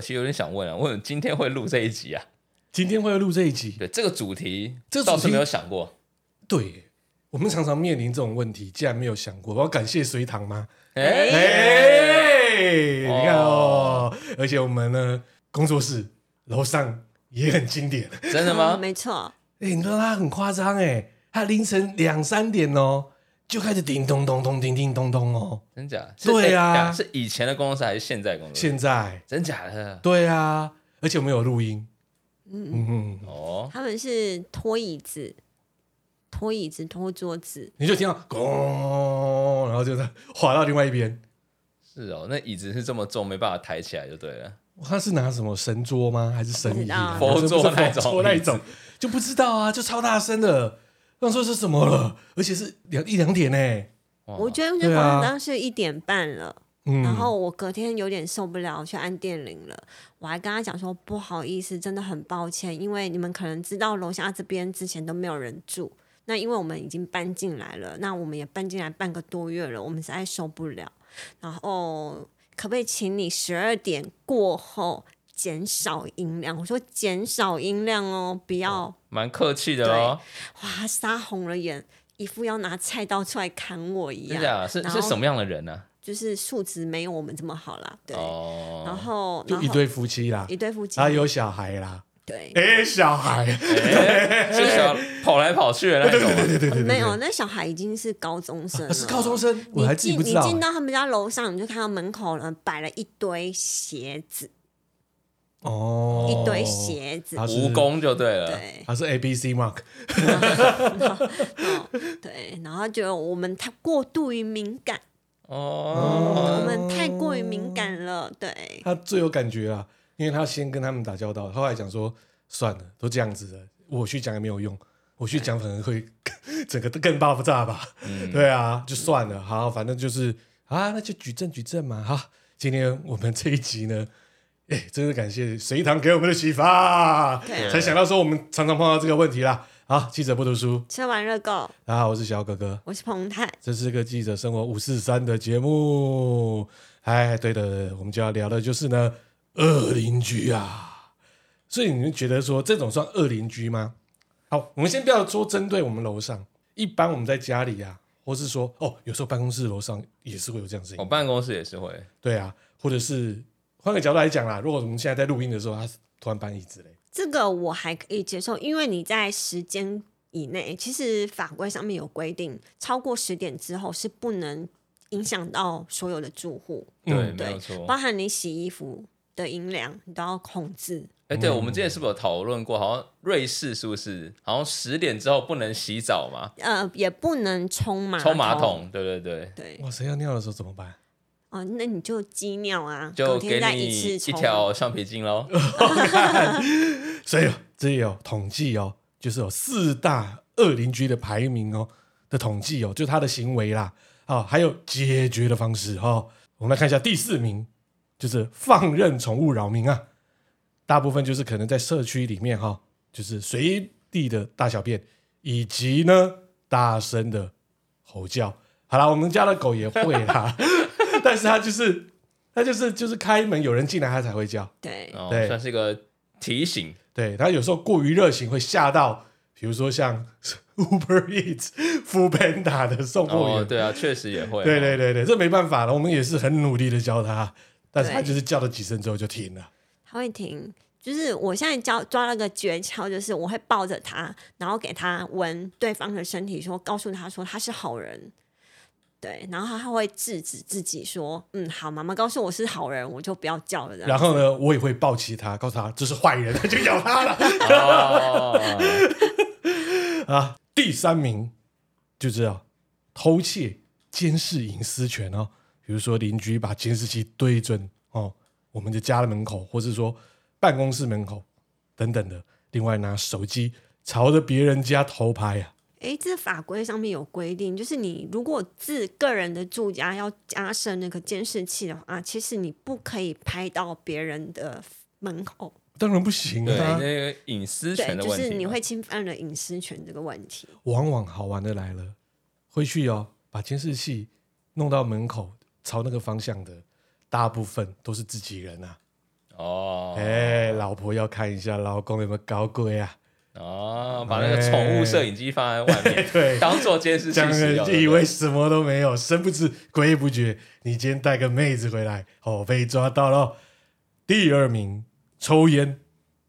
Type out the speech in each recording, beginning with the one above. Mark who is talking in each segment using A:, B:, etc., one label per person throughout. A: 其实有点想问啊，问今天会录这一集啊？
B: 今天会录这一集，
A: 对，这个主题
B: 这个主题
A: 倒是没有想过。
B: 对我们常常面临这种问题，竟然没有想过，我要感谢隋唐吗？
A: 哎、
B: 哎，你看哦，而且我们呢，工作室楼上也很经典。
A: 真的吗
C: 嗯？没错，
B: 哎、你知道他很夸张哎，他凌晨两三点哦，就开始叮咚咚咚叮叮咚咚哦。
A: 真假？是
B: 对啊
A: 哎等一下是以前的工作室还是现在的工作室？
B: 现在，
A: 真假的？
B: 对啊，而且我们有录音，嗯嗯，
A: 哦，
C: 他们是拖椅子、拖椅子、拖桌子，
B: 你就听到咣，然后就是滑到另外一边。
A: 是哦，那椅子是这么重，没办法抬起来就对了。
B: 他是拿什么神桌吗？还是神椅、啊？
A: 不知道
B: 不是
A: 佛桌那种
B: 佛桌那一种，就不知道啊，就超大声的。刚说是什么了？而且是两一两点呢、
A: 哇
C: 我觉得那
B: 对啊
C: 好像是一点半了。
B: 嗯，
C: 然后我隔天有点受不了，我去按电铃了。我还跟他讲说不好意思，真的很抱歉，因为你们可能知道楼下这边之前都没有人住。那因为我们已经搬进来了，那我们也搬进来半个多月了，我们实在受不了。然后可不可以请你十二点过后减少音量？我说减少音量哦，不要
A: 蛮客气的哦。
C: 哇，他杀红了眼，一副要拿菜刀出来砍我一
A: 真
C: 样。
A: 假？是
C: 然后
A: 是什么样的人呢、
C: 就是素质没有我们这么好啦，对。
A: 哦，
C: 然后，
B: 就
C: 然
B: 一
C: 后
B: 对夫妻啦，
C: 一对夫妻，
B: 啊，有小孩啦，
C: 对，
B: 哎、小孩，
A: 哎是想跑来跑去的那种吗？
B: 对对对对，
C: 没有，那小孩已经是高中生
B: 啊
C: 了，
B: 是高中。生，我还
C: 你
B: 自己
C: 进
B: 不
C: 你
B: 知道、哎
C: 进到他们家楼上，你就看到门口呢摆了一堆鞋子，
B: 哦，
C: 一堆，鞋子
B: 他，是
A: 蜈蚣就对了。
C: 对，
B: 他是 A B C Mark，
C: 哦对，然后就我们太过度于敏感，
A: 哦，
C: 我们太过于敏感了，对，
B: 他最有感觉啦，因为他先跟他们打交道，后来讲说算了，都这样子了，我去讲也没有用，我去讲可能会整个更爆炸吧，对啊，就算了，好，反正就是啊，那就举证举证嘛，哈，今天我们这一集呢。 哎、真是感谢隋唐给我们的启发，
C: 对啊
B: 才想到说我们常常碰到这个问题啦。好，记者不读书，
C: 吃完热狗，
B: 大家好，我是小哥哥，
C: 我是彭泰，
B: 这是个记者生活五四三的节目。哎，对的，我们就要聊的就是呢，恶邻居啊。所以你们觉得说这种算恶邻居吗？好，我们先不要说针对我们楼上，一般我们在家里啊，或是说哦，有时候办公室楼上也是会有这样的事
A: 我
B: 情，
A: 办公室也是会，
B: 对啊，或者是换个角度来讲啦，如果我们现在在录音的时候，他突然搬椅子嘞，
C: 这个我还可以接受，因为你在时间以内，其实法规上面有规定，超过十点之后是不能影响到所有的住户，
A: 对，
B: 嗯
A: 没有
C: 对
A: 错，。
C: 包含你洗衣服的音量，你都要控制。
A: 哎，对，我
B: 嗯
A: 们之前是不是有讨论过？好像瑞士是不是？好像十点之后不能洗澡嘛，
C: 呃，也不能冲马
A: 冲马。桶，对对对，
C: 对，
B: 哇，谁要尿的时候怎么办？
C: 哦、那你就鸡尿啊，
A: 就
C: 隔
A: 给
C: 天再
A: 你
C: 次
A: 一
C: 冲。啊
A: 条橡皮筋 喽。
B: 所以这里有统计哦，就是有四大恶邻居的排名哦的统计哦，就他的行为啦，哦，还有解决的方式哦。我们来看一下第四名，就是放任宠物扰民啊，大部分就是可能在社区里面哈、哦，就是随地的大小便，以及呢大声的吼叫。好啦，我们家的狗也会啦， 但是它就是它就是就是开门有人进来它才会叫。
C: 对，
A: 哦
B: 对，
A: 算是一个提醒。
B: 对，他有时候过于热情会吓到，比如说像 Uber Eats、Food Panda 的送货员。
A: 哦，对啊，确实也会。
B: 对对对对，这没办法了，我们也是很努力的教他，但是他
C: 对
B: 就是叫了几声之后就停了。
C: 它会停。就是我现在教抓了个诀窍，就是我会抱着它，然后给它闻对方的身体说，告诉他说他是好人，对，然后他会制止自己说，嗯，好，妈妈告诉我是好人，我就不要叫了。这
B: 然
C: 样
B: 后呢，我也会抱起他，告诉他这是坏人，他就咬他了
A: 哦，
B: 啊。第三名就知道偷窃、监视隐私权哦，比如说邻居把监视器对准哦我们的家的门口，或是说办公室门口等等的，另外拿手机朝着别人家偷拍啊。
C: 诶，这法规上面有规定，就是你如果自个人的住家要加设那个监视器的话，其实你不可以拍到别人的门口，
B: 当然不行
A: 对，
B: 啊！
A: 那个隐私
C: 对
A: 权，的
C: 就
A: 问题嘛。
C: 是你会侵犯了隐私权这个问题。
B: 往往好玩的来了，回去哦，把监视器弄到门口，朝那个方向的，大部分都是自己人啊。
A: 哦，
B: 哎，老婆要看一下老公有没有搞鬼啊？
A: 哦，把那个宠物摄影机放在外面，
B: 哎 对
A: 当做监视器
B: 讲
A: 使
B: 了
A: 用。啊
B: 就以为什么都没有，神不知鬼不觉。你今天带个妹子回来，哦，被抓到了。第二名，抽烟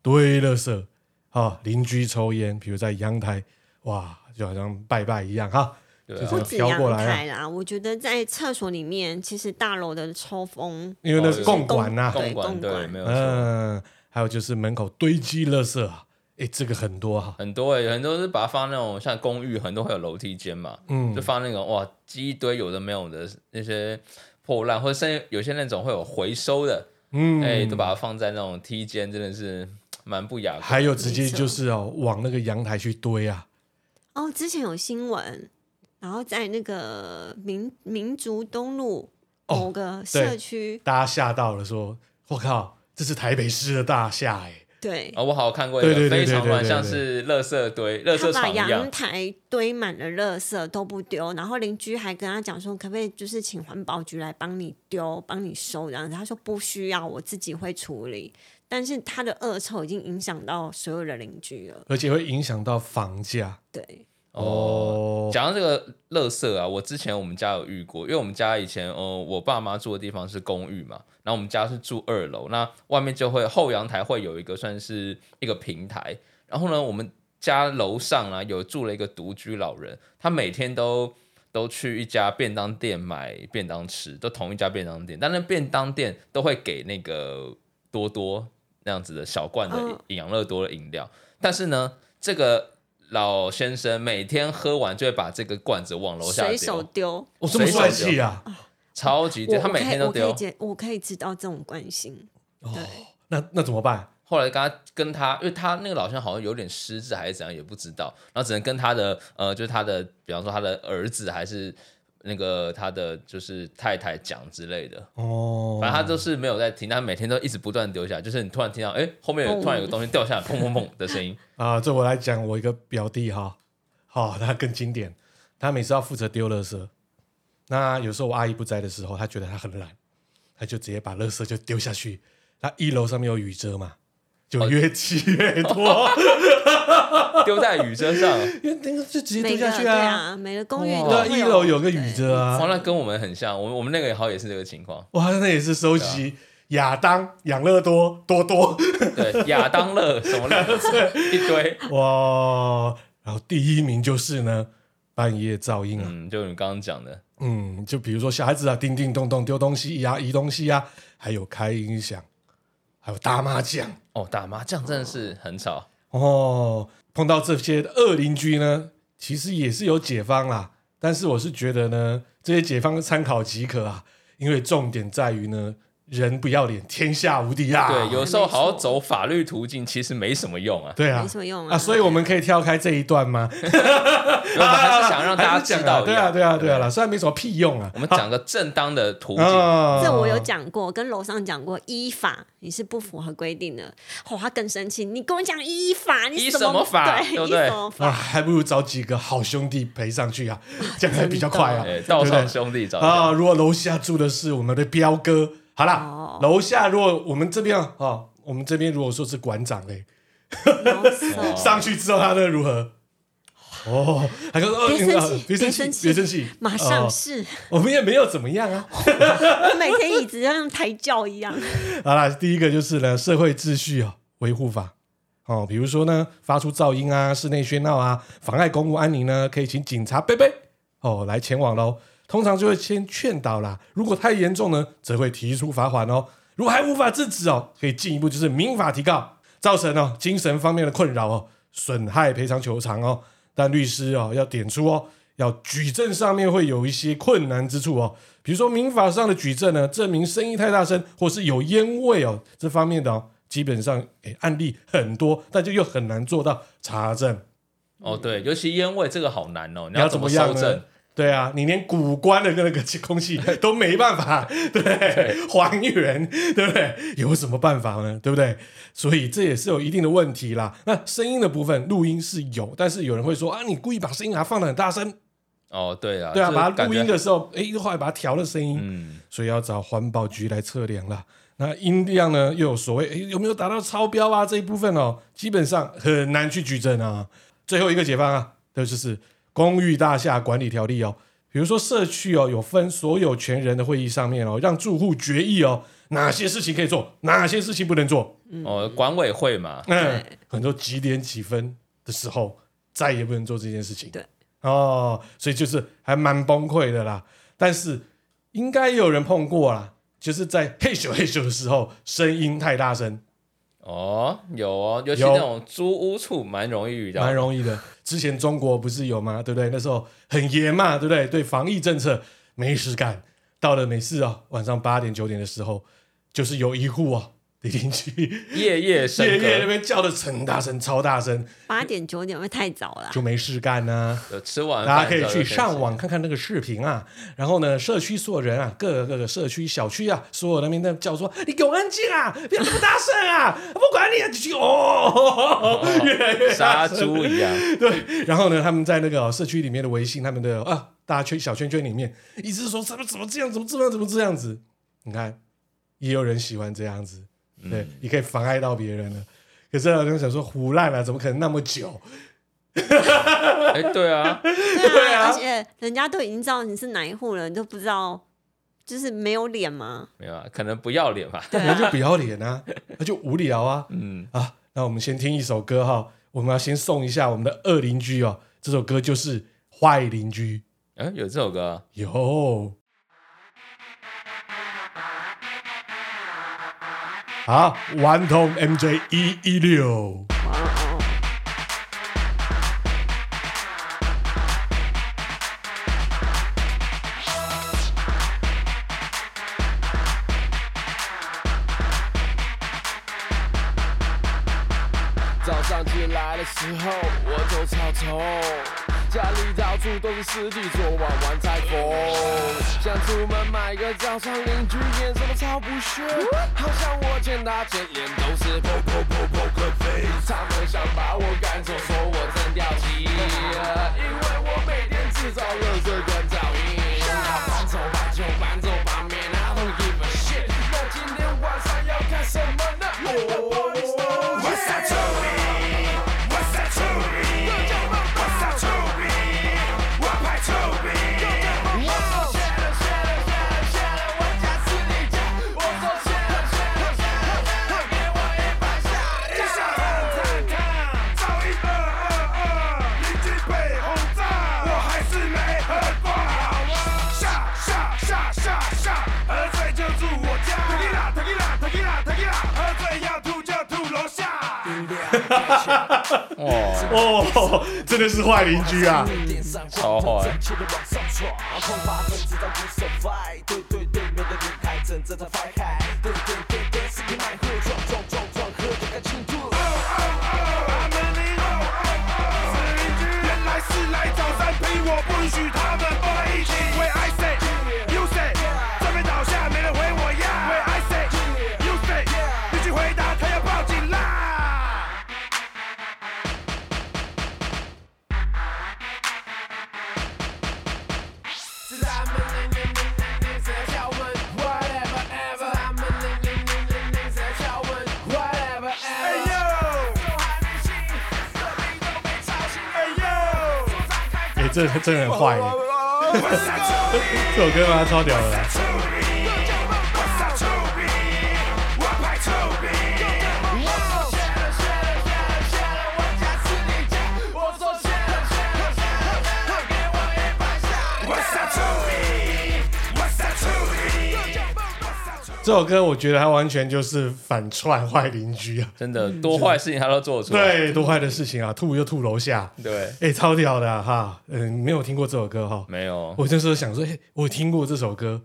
B: 堆垃圾，啊、邻居抽烟，比如在阳台，哇，就好像拜拜一样哈。
A: 对
B: 就
A: 啊
B: 这
C: 不
B: 样
C: 止
B: 飘过
C: 阳
B: 来啊，
C: 台啦，我觉得在厕所里面，其实大楼的抽风，
B: 因为那是
A: 哦
B: 共管呐、
A: 公
C: 对
A: 馆
C: 公
A: 对，
C: 馆
A: 没有错，
B: 嗯，还有就是门口堆积垃圾啊，哎，这个很多哈、
A: 很多欸很多是把它放那种像公寓，很多会有楼梯间嘛，
B: 嗯
A: 就，放那种哇积一堆有的没有的那些破烂，或者甚至有些那种会有回收的，
B: 嗯，
A: 哎，都把它放在那种梯间，真的是蛮不雅观。
B: 还有直接就是哦，往那个阳台去堆啊，
C: 哦，之前有新闻，然后在那个民民族东路
B: 哦
C: 某个社区，
B: 大家吓到了说，我靠，这是台北市的大厦哎、
C: 对，
A: 啊，我好看过一
B: 对对
A: 个
B: 对
A: 非
B: 对
A: 常乱，
B: 对对对
A: 像是垃圾堆、垃圾
C: 他把
A: 场一样
C: 阳，台堆满了垃圾都不丢，然后邻居还跟他讲说，可不可以就是请环保局来帮你丢、帮你收这样子？他说不需要，我自己会处理。但是他的恶臭已经影响到所有的邻居了，
B: 而且会影响到房价
C: 对，
B: 哦。
A: 讲到这个垃圾啊，我之前我们家有遇过，因为我们家以前呃，我爸妈住的地方是公寓嘛，然后我们家是住二楼，那外面就会后阳台会有一个算是一个平台，然后呢，我们家楼上啊有住了一个独居老人，他每天都都去一家便当店买便当吃，都同一家便当店，但那便当店都会给那个多多那样子的小罐的
C: 嗯
A: 饮养乐多的饮料，但是呢，这个老先生每天喝完就会把这个罐子往楼下
C: 随手
A: 丢，
C: 丢。
B: 我、这么
A: 随手
B: 帅气啊！
A: 超级
C: 我
A: 丢，他每天都
C: 我可以，我可
A: 丢。
C: 以接，我可以知道这种关心。对，
B: 哦那那怎么办？
A: 后来跟他跟他，因为他那个老先生好像有点失智还是怎样，也不知道，然后只能跟他的呃，就是他的，比方说他的儿子还是那个他的就是太太讲之类的。
B: 哦，
A: 反正他都是没有在听，但每天都一直不断丢下来，就是你突然听到，哎、后面有
C: 砰
A: 突然有个 东西掉下来，砰砰砰的声音。
B: 啊，这我来讲，我一个表弟哈，好、他更经典，他每次要负责丢垃圾。那有时候我阿姨不在的时候，他觉得他很懒，他就直接把垃圾就丢下去。他一楼上面有雨遮嘛，就越积越多，
A: 丢在雨遮 上，
B: 因为那个就直接
C: 每
B: 丢
C: 个
B: 下去
C: 对啊，每个公寓
A: 哇
C: 都
B: 对啊，
C: 会
B: 一楼有个雨遮啊，
A: 哇，那跟我们很像，我们我们那个好像也是这个情况。
B: 哇，那也是收集亚当、养乐多、多多，
A: 对，亚当乐什么乐 一堆，
B: 哇！然后第一名就是呢，半夜噪音啊，
A: 嗯，就你刚刚讲的，
B: 嗯就比如说小孩子啊，叮叮咚咚丢东西呀、移东西呀、啊还有开音响，还有打麻将
A: 哦，打麻将真的是很吵，
B: 哦。碰到这些恶邻居呢，其实也是有解方啦，但是我是觉得呢，这些解方参考即可啊，因为重点在于呢，人不要脸，天下无敌啊。
A: 对，有时候
C: 没错
A: 好好走法律途径其实没什么用啊，
B: 对啊，
C: 没什么用
B: 啊，
C: 啊
B: 所以我们可以跳开这一段吗？
A: 因为我们还是想让大
B: 还
A: 家
B: 是讲
A: 知
B: 啊
A: 道一
B: 对啊，
A: 样，
B: 对啊，对啊啦，虽然没什么屁用啊。
A: 我们讲个正当的途径，
B: 啊，
C: 这我有讲过，跟楼上讲过，依法你是不符合规定的。哦，他更生气，你跟我讲依法，你
A: 依
C: 什
A: 什么法
C: 对，
A: 对不
C: 依
A: 对
C: 什么
B: 啊，
C: 法？
B: 还不如找几个好兄弟陪上去 啊，这样还比较快啊
A: 对，。
B: 对
A: 哎道
B: 不对
A: 上兄弟找一下
B: 啊，如果楼下住的是我们的彪哥，好啦
C: 哦，
B: 楼下如果我们这边啊，我们这边如果说是馆长嘞，
C: 然后什么
A: 哦
B: 上去之后他那如何？哦，他就说哦
C: 别
B: 你们啊
C: 生气
B: 别生
C: 别
B: 气
C: 生，气
B: 别生气，
C: 马上
B: 哦
C: 是，
B: 我们也没有怎么样啊。
C: 我每天椅子像抬轿一样。
B: 好啦，第一个就是呢，社会秩序啊、维护法。哦，比如说呢，发出噪音啊、室内喧闹啊、妨碍公务安宁呢，可以请警察贝贝哦来前往喽。通常就会先劝导啦，如果太严重呢，则会提出罚款哦。如果还无法制止哦，可以进一步就是民法提告，造成哦精神方面的困扰哦，损害赔偿求偿哦。但律师哦要点出哦，要举证上面会有一些困难之处哦，比如说民法上的举证呢，证明声音太大声或是有烟味哦，这方面的哦，基本上诶案例很多，但就又很难做到查证。
A: 哦，对，尤其烟味这个好难哦，
B: 你
A: 你
B: 要
A: 怎么
B: 怎么样
A: 收
B: 呢
A: 证？
B: 对啊，你连古关的那个空气都没办法， 对不对？还原，对不对？有什么办法呢？对不对？所以这也是有一定的问题啦。那声音的部分，录音是有，但是有人会说啊，你故意把声音还放得很大声，
A: 哦，对啊，
B: 对啊，
A: 这
B: 把
A: 感
B: 它录
A: 觉
B: 音的时候，诶，后来把它调了声音，
A: 嗯，
B: 所以要找环保局来测量啦。那音量呢又有所谓诶有没有达到超标啊这一部分哦，基本上很难去举证啊。最后一个解放啊，那就是《公寓大厦管理条例》哦。比如说社区哦，有分所有权人的会议上面哦，让住户决议哦，哪些事情可以做，哪些事情不能做。
A: 哦，管委会嘛，
B: 嗯，很多几点几分的时候，再也不能做这件事情。
C: 对，
B: 哦，所以就是还蛮崩溃的啦。但是应该也有人碰过啦，就是在嘿咻嘿咻的时候，声音太大声，
A: 哦，有哦，尤其
B: 有
A: 那种租屋处蛮容易遇到，
B: 蛮容易的。之前中国不是有吗？对不对？那时候很严嘛，对不对？对防疫政策没事干，到了每次啊、晚上八点九点的时候，就是有一户啊、的邻居
A: 夜夜笙
B: 夜夜那
A: 歌，
B: 边叫的很大声、超大声，
C: 八点九点会太早了啊，
B: 就没事干呐、啊
A: 有吃完
B: 大
A: 饭
B: 家可以去上
A: 网，
B: 网看看那个视频啊。然后呢，社区所有人啊，各个各个社区小区啊，所有那边在叫说：“你给我安静啊，不要这么大声啊， 不管你啊，继续哦， 越来越 大
A: 杀
B: 声
A: 猪一样，
B: 对，然后呢，他们在那个哦、社区里面的微信，他们的啊大圈小圈圈里面，一直说怎么怎么这样，怎么这样，怎么这样子。你看，也有人喜欢这样子，对，你可以妨碍到别人了。可是我就想说，胡乱啊，怎么可能那么久？
A: 哎，对啊，
C: 对
B: 啊
C: 而且人家都已经知道你是哪一户了，你都不知道，就是没有脸吗？
A: 没有啊，可能不要脸吧，
C: 对
B: 那就
C: 啊，
B: 不要 脸啊，那就无聊啊
A: 嗯，
B: 啊！那我们先听一首歌哈，我们要先送一下我们的恶邻居哦，这首歌就是《坏邻居》。
A: 哎，有这首歌啊，
B: 有。好，顽童 MJ 一一六。
C: 哦
D: 早上起来的时候，我走草丛，家里到处都是尸体，昨晚玩台风。想出门买个早餐，邻居眼神都超不屑，好像我欠他钱，脸都是 po po po poker face。他们想把我赶走，说我真掉漆，因为我每天制造热水跟噪音。要搬走搬就搬走吧，Man I don't give a shit。那今天晚上要干什么呢？我
E: What's that to me? What's that to me? What's that to me? What my to me? 一下探探照一二二二，邻居被轰炸，我还是没喝挂。下下下下下，喝醉就住我家。Tequila tequila tequila tequila，喝醉要吐就吐楼下。
A: 哦，
B: 哦，真的是坏邻 居啊！
A: 超坏，
E: 他们零哦哦哦，是邻居，原来是来找三陪我，不允许他们抱在一起。Wait I say, you say，这边倒下没人回我呀。Wait I say, you say，必须回答他要报警啦。
D: 是他们零零零零零，谁在叫门？Whatever ever，是他们零零零零零，谁在叫门？Whatever eh.
E: 哎
D: ever
E: 呦。，哎呦，
B: 哎、这这真的很坏耶、
E: 我傻猪。
B: 这首歌嘛超屌的。这首歌我觉得它完全就是反串坏邻居啊，
A: 真的多坏事情他都做得出来，
B: 对，多坏的事情啊，吐就吐楼下，
A: 对，
B: 哎、超屌的啊哈、嗯，没有听过这首歌哈、
A: 没有，
B: 我那时候想说，哎、我听过这首歌，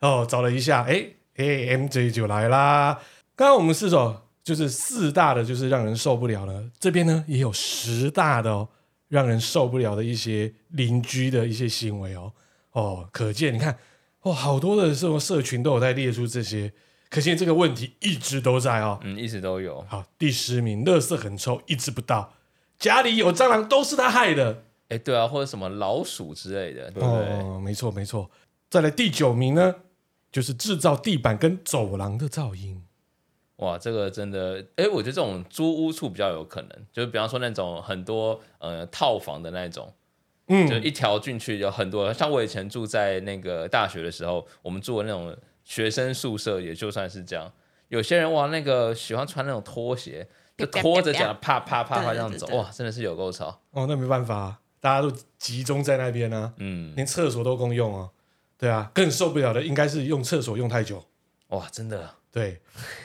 B: 哦，找了一下，哎、哎、m j 就来啦。刚刚我们四首就是四大的，就是让人受不了的。这边呢也有十大的哦，让人受不了的一些邻居的一些行为哦。哦，可见你看，哦，好多的这种社群都有在列出这些，可见这个问题一直都在哦。
A: 嗯，一直都有，
B: 好，第十名，垃圾很臭，一直不倒，家里有蟑螂都是他害的。
A: 哎，对
B: 哦
A: 啊，或者什么老鼠之类的，对不对？
B: 哦，没错没错。再来第九名呢，就是制造地板跟走廊的噪音。
A: 哇，这个真的，哎、我觉得这种租屋处比较有可能，就是比方说那种很多呃套房的那种，就
B: 嗯，
A: 一条进去有很多人。像我以前住在那个大学的时候，我们住的那种学生宿舍，也就算是这样。有些人哇，那个喜欢穿那种拖鞋，就
C: 啪啪
A: 拖着
C: 啪啪
A: 脚啪啪啪啪这样走
C: 对对，对
A: 哇，真的是有够吵。
B: 哦，那没办法、大家都集中在那边啊，
A: 嗯，
B: 连厕所都共用哦。对啊，更受不了的应该是用厕所用太久。
A: 哇，真的。
B: 对，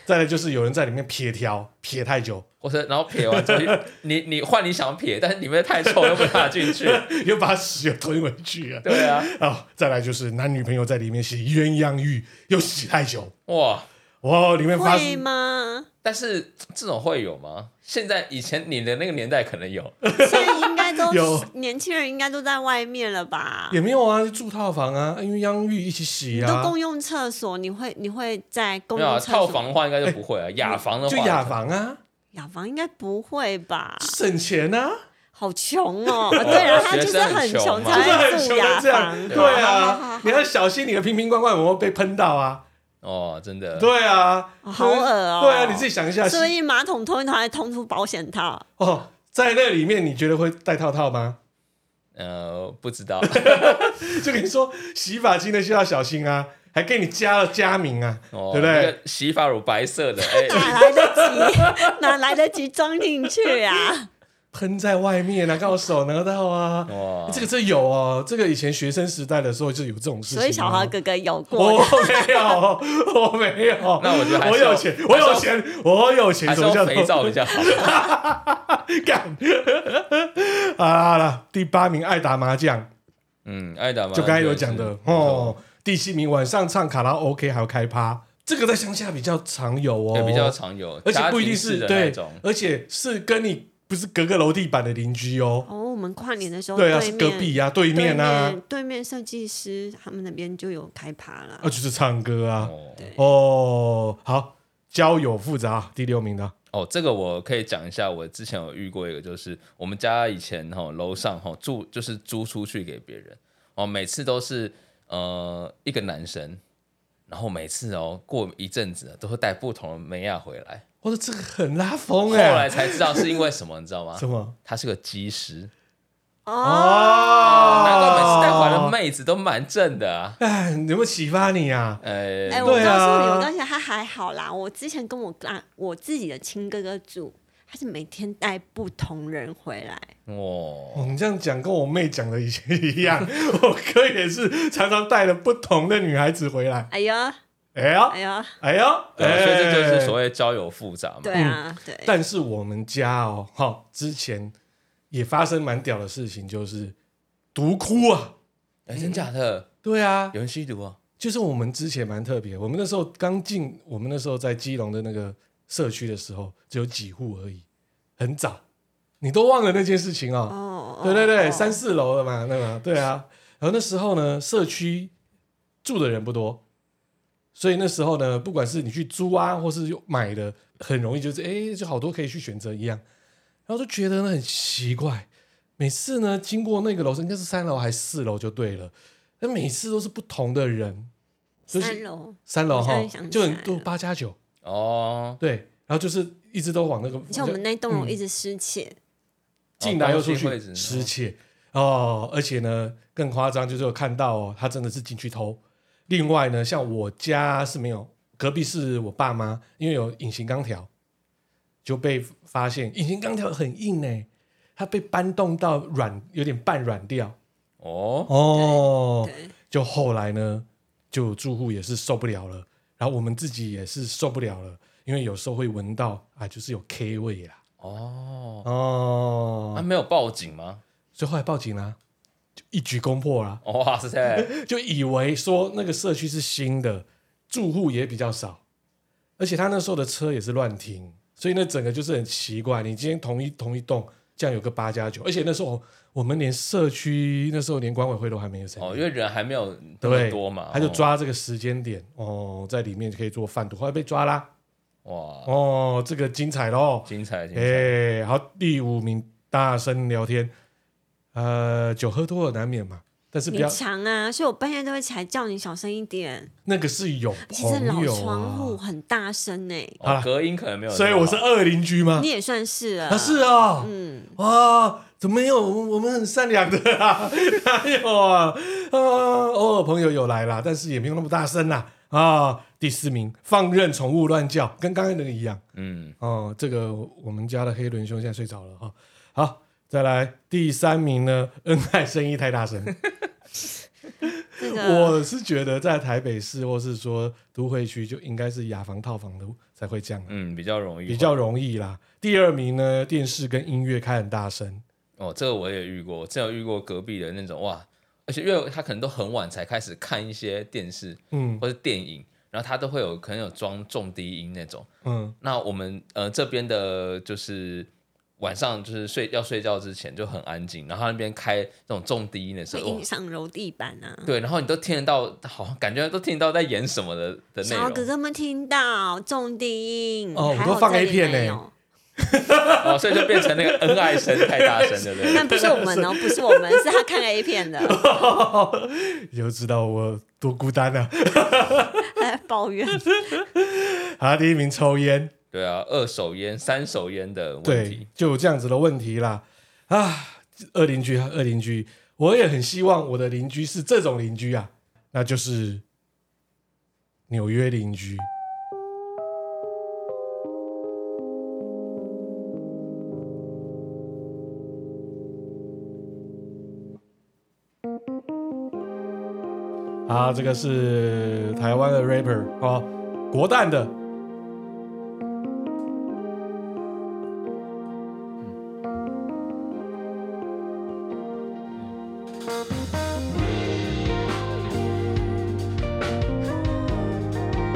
B: 再来就是有人在里面撇条撇太久，
A: 或者然后撇完之后，你你换你想撇，但是里面太臭又不大进去。
B: 又把屎又吞回去了。
A: 对啊，
B: 哦，再来就是男女朋友在里面洗鸳鸯浴，又洗太久，
A: 哇！
B: 哇，里面发
C: 会吗？
A: 但是这种会有吗？现在以前你的那个年代可能有，
C: 现在应该都
B: 有
C: 年轻人应该都在外面了吧？
B: 也没有啊，就住套房啊，鸳鸯浴一起洗
C: 你
B: 啊
C: 都，共用厕所，你会你会在公
A: 没有
C: 用
A: 啊？
C: 厕所？
A: 套房的话应该就不会啊，雅房的话
B: 就雅房啊，
C: 雅房应该不会 吧？
B: 省钱啊，
C: 好穷哦！啊对啊，他
A: 学
C: 就是
A: 生很
C: 很
A: 穷
C: 穷
A: 嘛
C: 才
B: 就是很
C: 会住
B: 穷的
C: 雅
B: 这样，
C: 房，
B: 对啊，你要小心你的瓶瓶罐罐有没有被喷到啊，
A: 哦，真的。
B: 对啊，
C: 哦好恶哦
B: 对啊，你自己想一下，
C: 所以马桶通一通还通出保险套，
B: 哦，在那里面你觉得会戴套套吗？
A: 呃，不知 道
B: 就跟你说洗发精的就要小心啊，还给你加了加名啊，
A: 哦，
B: 对不对
A: 那？个洗发乳白色的，哎、
C: 哪来得及？哪来得及装进 去啊？
B: 喷在外面啊，刚好手拿到啊。
A: 哇，
B: 这个这有哦，这个以前学生时代的时候就有这种事情、
C: 所以小豪
B: 豪，
C: 哥哥有
B: 我
C: 过，
B: 没有，我没有。
A: 那我觉得还
B: 我
A: 是要
B: 有钱，我有钱，我有钱，
A: 还
B: 什
A: 是
B: 么叫
A: 用肥皂比较好。
B: 干？好啦好啦，第八名爱打麻将，
A: 嗯，爱打麻
B: 就
A: 将
B: 刚才有讲的
A: 是
B: 哦。，第七名晚上唱卡拉 OK 还有开趴，这个在乡下比较常有
A: 不
B: 哦，
A: 错对，比较常有，
B: 而且不一定
A: 家庭式
B: 是
A: 的那
B: 对
A: 种，。
B: 而且是跟你不是隔个楼地板的邻居哦，
C: 哦，我们跨年的时候，
B: 对啊，
C: 面
B: 是隔壁呀、对
C: 对
B: 面啊，
C: 面对面设计师他们那边就有开趴了
B: 啊，就是唱歌啊，
A: 哦
B: 哦，好，交友复杂，第六名的，
A: 哦，这个我可以讲一下，我之前有遇过一个，就是我们家以前哈、楼上哈、住就是租出去给别人哦，每次都是呃一个男生，然后每次哦过一阵子都会带不同的美亚回来，
B: 我说这个很拉风
A: 后
B: 哎、
A: 来才知道是因为什么，你知道吗
B: 什？么？
A: 他是个技师，
B: 哦，
A: 难怪每次带回来的妹子都蛮正的啊。
B: 哎，有没有启发你啊？
A: 呃，
C: 哎、我告诉
B: 对
C: 你，
B: 啊
C: 我告诉你，他还好啦。我之前跟我哥啊，我自己的亲哥哥住，他是每天带不同人回来。
A: 哇，
B: 哦，你这样讲跟我妹讲的以前一样， 我哥也是常常带了不同的女孩子回来。
C: 哎呀，
B: 哎呦，
C: 哎呀，
B: 哎呦，
A: 对啊，所以这就是所
B: 谓。
A: 谓交友复杂嘛。
C: 对啊，对，
B: 嗯但是我们家哦，哈、之前也发生蛮屌的事情，就是独哭啊。
A: 哎，真假的？
B: 对啊，
A: 有人吸毒啊？
B: 就是我们之前蛮特别，我们那时候刚进，我们那时候在基隆的那个社区的时候，只有几户而已，很早，你都忘了那件事情哦。
C: 哦，
B: 对对对，
C: 哦
B: 三四楼了嘛，那个对啊。然后那时候呢，社区住的人不多，所以那时候呢，不管是你去租啊，或是有买的，很容易就是哎，就好多可以去选择一样。然后就觉得呢很奇怪，每次呢经过那个楼层，应该是三楼还是四楼就对了，那每次都是不同的人，就是
C: 三楼，
B: 三楼
C: 我
B: 哈
C: 现在想，
B: 就
C: 起
B: 很
C: 来
B: 多
C: 了
B: 八加九，
A: 哦，
B: 对，然后就是一直都往那个
C: 而且我们那栋楼
B: 嗯
C: 一直失窃，
B: 进来又出
A: 哦东西会
B: 去
A: 子
B: 失窃哦，而且呢更夸张，就是有看到哦，他真的是进去偷。另外呢，像我家是没有，隔壁是我爸妈，因为有隐形钢条，就被发现隐形钢条很硬哎、它被搬动到软，有点半软掉
A: 哦，
B: 哦。
C: 对，
B: 就后来呢，就有住户也是受不了了，然后我们自己也是受不了了，因为有时候会闻到啊，就是有 K 味啦。
A: 哦，啊，
B: 哦，
A: 没有报警吗？
B: 所以后来报警啦、就一举攻破啦、
A: 哇塞！
B: 就以为说那个社区是新的，住户也比较少，而且他那时候的车也是乱停，所以那整个就是很奇怪。你今天同一同一栋，这样有个八加九，而且那时候我们连社区那时候连管委会都还没有成立
A: 哦，因为人还没有那
B: 对，
A: 么多嘛，
B: 他就抓这个时间点哦，在里面就可以做贩毒，后来被抓啦。
A: 哦哇，
B: 哦，这个精彩喽！
A: 精彩精彩！
B: 哎哎，好，第五名大声聊天，呃，酒喝多了难免嘛，但是不
C: 你
B: 要
C: 强啊，所以我半夜都会起来叫你小声一点。
B: 那个是有
C: 你这老
B: 朋友
C: 窗户
B: 啊，
C: 很大声呢、欸
B: 好
A: 哦
B: 啦，
A: 隔音可能没有那么好。
B: 所以我是恶邻居吗
C: 你？也算是了。
B: 啊，是啊，嗯，啊，怎么没有？我们很善良的啊， 哪有啊？啊，偶尔朋友有来啦，但是也没有那么大声啦。啊，第四名，放任宠物乱叫，跟刚才那个一样。
A: 嗯，
B: 哦，这个我们家的黑轮兄现在睡着了哈、好，再来第三名呢，恩爱声音太大声。
C: 这个
B: 我是觉得在台北市或是说都会区，就应该是雅房套房的才会这样、啊
A: 嗯，比较容易，
B: 比较容易啦。第二名呢，电视跟音乐开很大声。
A: 哦，这个我也遇过，我真有遇过隔壁的那种哇，而且因为他可能都很晚才开始看一些电视
B: 嗯
A: 或是电影，然后他都会有可能有装重低音那种。
B: 嗯
A: 那我们呃这边的就是晚上就是睡要睡觉之前就很安静，然后他那边开那种重低音的时
C: 会
A: 候，哇
C: 影响楼地板啊。
A: 对，然后你都听得到，好像感觉都听得到在演什么的的内
C: 小哥
A: 容
C: 哥们听到重低音，
B: 哦我
C: 还
B: 都
C: 好
B: 放
C: 这
B: A
C: 里
B: 片
C: 没
B: 呢
C: 有
A: 哦，所以就变成那个恩爱声太大声，对不 对？
C: 但不是我们 哦，不是我们，是他看 A 片的，
B: 你就知道我多孤单了、啊。
C: 他在抱 怨。
B: 好，第一名抽烟，
A: 对啊，二手烟、三手烟的问
B: 对
A: 题，，
B: 就有这样子的问题啦。啊，二邻居，二邻居，我也很希望我的邻居是这种邻居啊，那就是纽约邻居。啊，这个是台湾的 rapper 哦，国蛋的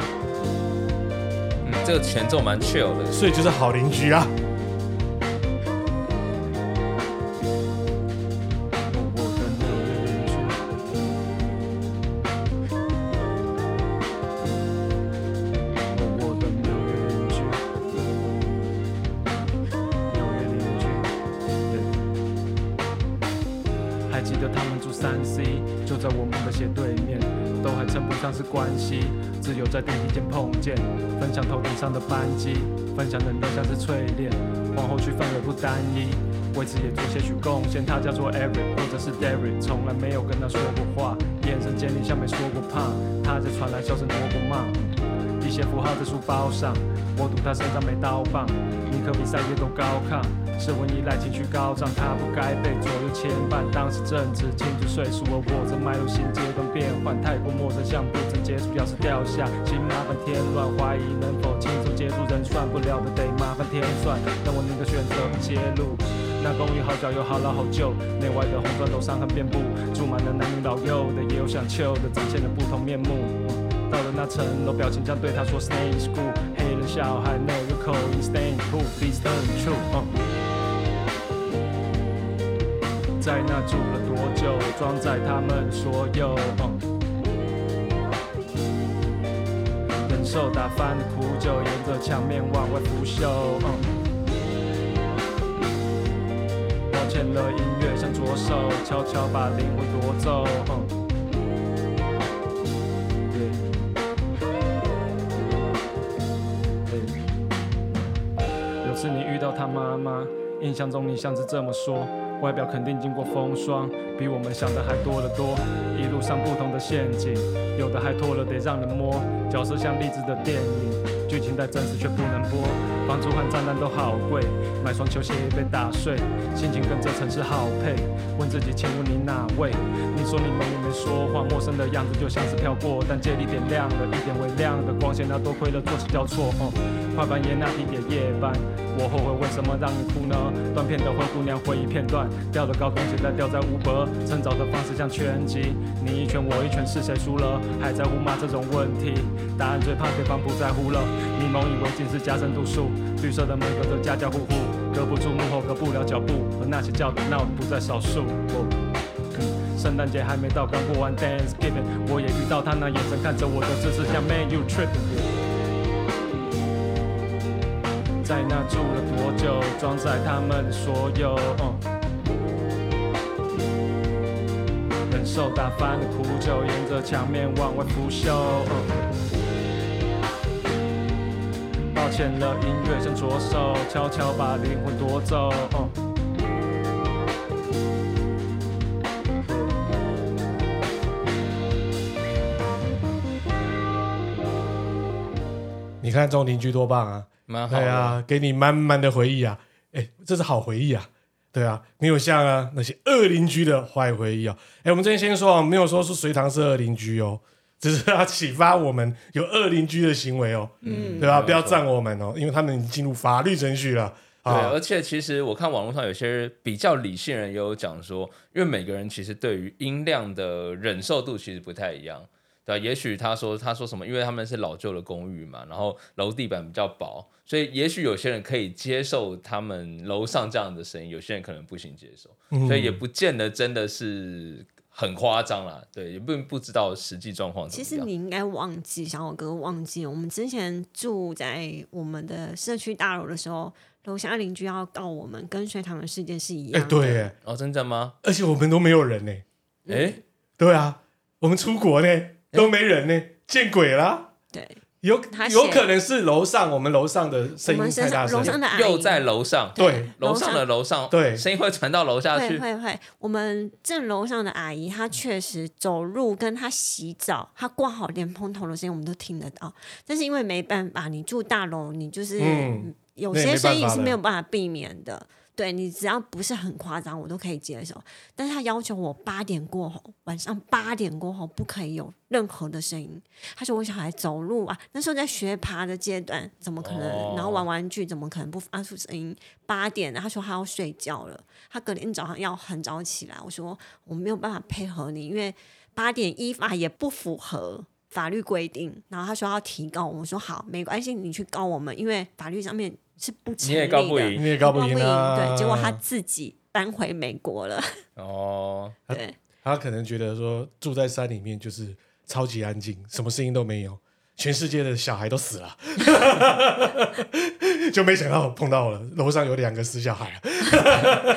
A: 嗯，这个前奏蛮 chill 的，
B: 所以就是好邻居啊。
F: 还记得他们住三 C，就在我们的斜对面，都还称不上是关系，只有在电梯间碰见，分享头顶上的班机，分享能量像是淬炼，往后区氛围不单一，为此也做些许贡献。他叫做 Eric 或者是 Derek，从来没有跟他说过话，眼神坚定像没说过怕，他在传来笑声多过骂。一些符号在书包上，我赌他身上没刀棒。尼克比赛越都高亢，是文依赖情绪高涨，他不该被左右牵绊。当时正值青春岁数，而我正迈入新阶段变换，太过陌生，像不曾接触。要是掉下，请麻烦添乱，怀疑能否轻松接住人算不了的，得麻烦添算。但我宁可选择不揭露。那公寓好小又好老好旧，内外的红砖楼伤痕遍布，住满了男女老幼的，也有想旧的，展现了不同面目。到了那层楼，表情将对他说 Stay in school，黑人小孩 No you c o l i stay in cool，please turn true、在那住了多久？装载他们所有。嗯忍受打翻的苦酒，沿着墙面往外腐朽。嗯抱歉了，音乐像左手，悄悄把灵魂夺走。嗯 Yeah. 有次你遇到他妈妈，印象中你像是这么说：外表肯定经过风霜，比我们想的还多得多。一路上不同的陷阱，有的还脱了得让人摸。角色像励志的电影，剧情太真实却不能播。房租和炸弹都好贵，买双球鞋也被打碎。心情跟这城市好配，问自己请问你哪位？你说你们也没说话，陌生的样子就像是飘过，但借力点亮了一点微亮的光线，那多亏了作息交错。哦、快半夜那地铁夜班，我后悔为什么让你哭呢？断片的灰姑娘回忆片段，掉了高跟鞋再掉在乌伯，趁早的方式像拳击，你一拳我一拳，是谁输了？还在乎吗这种问题？答案最怕对方不在乎了。你蒙以为尽是加深度数，绿色的门隔着家家户户，隔不住幕后隔不了脚步，而那些叫的闹的不在少数。哦嗯圣诞节还没到，刚过完 Thanksgiving，我也遇到他那眼神看着我的姿势像 Man you tripping。在那住了多久，装载他们所有。嗯忍忍受打翻的苦酒，沿着墙面往外拂袖。嗯抱歉了，音乐像左手，悄悄把灵魂夺走。嗯
B: 你看这种邻居多棒啊！
A: 蛮好
B: 对
A: 的。
B: 啊，给你满满的回忆啊！哎，这是好回忆啊！对啊，没有像啊那些恶邻居的坏回忆啊！哎，我们这边先说啊，没有说是隋唐是恶邻居哦，只是要启发我们有恶邻居的行为哦，
C: 嗯
B: 对
A: 没有
B: 吧、
A: 错
B: 不要赞我们哦，因为他们已经进入法律程序了
A: 对，
B: 啊
A: 而。且其实我看网络上有些比较理性人也有讲说，因为每个人其实对于音量的忍受度其实不太一样，对吧、也许他说他说什么，因为他们是老旧的公寓嘛，然后楼地板比较薄，所以也许有些人可以接受他们楼上这样的声音，有些人可能不行接受，
B: 嗯
A: 所以也不见得真的是很夸张啦，对，也并不知道实际状况怎
C: 其
A: 么样。
C: 实你应该忘记，小狗哥忘记，我们之前住在我们的社区大楼的时候，楼下邻居要告我们，跟隋唐的事件是一
B: 哎，
C: 样的。
B: 对耶，
A: 哦，真的吗？
B: 而且我们都没有人呢、
A: 哎、
B: 对啊，我们出国呢都没人呢、见鬼啦！
C: 对
B: 有
C: 他写
B: 有可能是楼上我们楼上的声
C: 我
B: 音
C: 们
B: 太
C: 身
B: 大
C: 上
B: 声
C: 楼上
B: 了，
C: 的阿姨
A: 又在楼上，
B: 对
A: 楼上的楼上，
B: 对
A: 声音会传到楼下
C: 会
A: 去。
C: 会会，我们正楼上的阿姨，她确实走路跟她洗澡，她挂好莲蓬头的声音，我们都听得到。但是因为没办法，你住大楼，你就是、
B: 嗯
C: 有
B: 那也没
C: 些声音
B: 办法
C: 是
B: 的
C: 没有办法避免的。对你只要不是很夸张，我都可以接受。但是他要求我八点过后，晚上八点过后不可以有任何的声音。他说我小孩走路啊，那时候在学爬的阶段，怎么可能？
A: 哦
C: 然后玩玩具，怎么可能不发出声音？八点，他说他要睡觉了，他隔天早上要很早起来。我说我没有办法配合你，因为八点依法也不符合法律规定。然后他说要提告，我说好，没关系，你去告我们，因为法律上面是不成
A: 你
C: 立
A: 也
C: 的。
A: 告不赢
B: 你也搞不
C: 告
B: 赢啊。
C: 对，结果他自己搬回美国了。
A: 哦，
C: 对，
B: 他可能觉得说住在山里面就是超级安静，什么声音都没有，全世界的小孩都死了， 就没想到碰到了楼上有两个死小孩，啊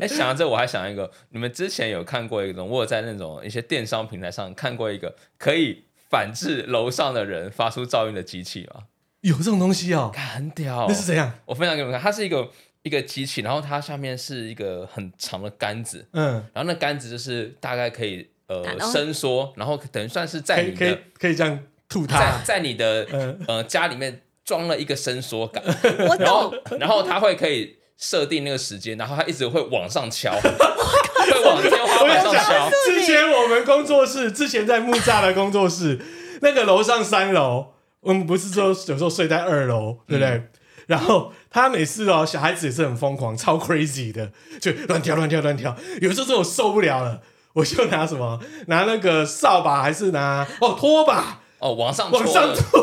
A: 哎，想到这我还想一个，你们之前有看过一种，我有在那种一些电商平台上看过一个可以反制楼上的人发出噪音的机器吗？
B: 有这种东西哦？
A: 看很屌、
B: 那是怎样？
A: 我分享给你们看，它是一个一个机器，然后它下面是一个很长的杆子，
B: 嗯，
A: 然后那杆子就是大概可以
C: 打
A: 呃
C: 到
A: 伸缩，然后等于算是
B: 可
A: 在你
B: 以可以
A: 的
B: 可以这样吐
A: 在
B: 他，
A: 在你的
B: 嗯
A: 呃家里面装了一个伸缩杆，
C: 我
A: 然后
C: 懂，
A: 然后它会可以设定那个时间，然后它一直会往上敲，会往天花
B: 我
A: 板
B: 要
A: 上
B: 讲
A: 敲。，
B: 之前我们工作室，之前在木栅的工作室， 那个楼上三楼，我们不是说有时候睡在二楼，对不对？
A: 嗯
B: 然后他每次哦，小孩子也是很疯狂，超 crazy 的，就乱跳乱跳乱跳。有时候真的我受不了了，我就拿什么，拿那个扫把还是拿哦拖把
A: 哦，往上
B: 往
A: 戳
B: 上
A: 的
B: 拖，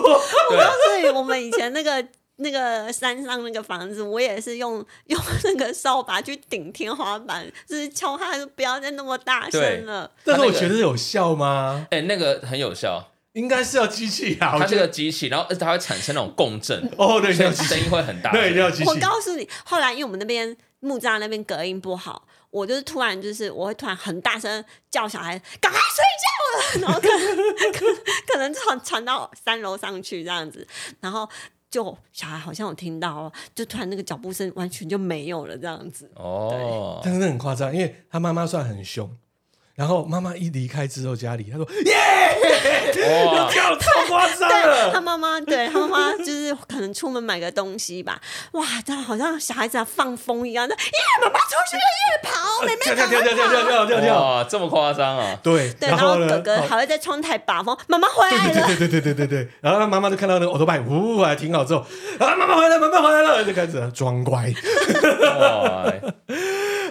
A: 对，
C: 所以我们以前那个那个山上那个房子，我也是用用那个扫把去顶天花板，就是敲它，不要再那么大声了。
B: 但是
A: 他那
B: 我
A: 个
B: 觉得有效吗？
A: 哎、那个很有效，
B: 应该是要机器啊，我
A: 它
B: 觉
A: 这个
B: 得
A: 机器，然后而且它会产生那种共振，
B: 哦对，
A: 所
B: 要
A: 以
B: 机器，
A: 声音会很大。
B: 对要机
C: 我
B: 器，
C: 告诉你，后来因为我们那边木栅那边隔音不好，我就是突然就是我会突然很大声叫小孩赶快睡觉了， 然后可能可可能传传到三楼上去这样子，然后就小孩好像有听到哦，就突然那个脚步声完全就没有了这样子。
A: 哦，
B: 但是那很夸张，因为他妈妈算很凶，然后妈妈一离开之后，家里他说耶，
A: 哇，
B: 掉了超夸张
C: 对他
B: 了，
C: 妈妈，对他妈妈就是可能出门买个东西吧，哇，他好像小孩子在啊放风一样的，耶，妈妈出去了，耶，跑，妹妹
B: 呃跳跳
C: 赶
B: 跳
C: 快
B: 跳跳跳跳跳，
A: 哇，这么夸张 啊！
B: 对，
C: 对，然后
B: 后呢？
C: 哥哥
B: 哦
C: 还会在窗台把风，妈妈回来
B: 对
C: 了，
B: 对对对对对对对，然后他妈妈就看到那个 o 头拜，呜，还停好之后，啊，妈妈回来，妈妈回来了，就开始装乖。
A: 哇，哎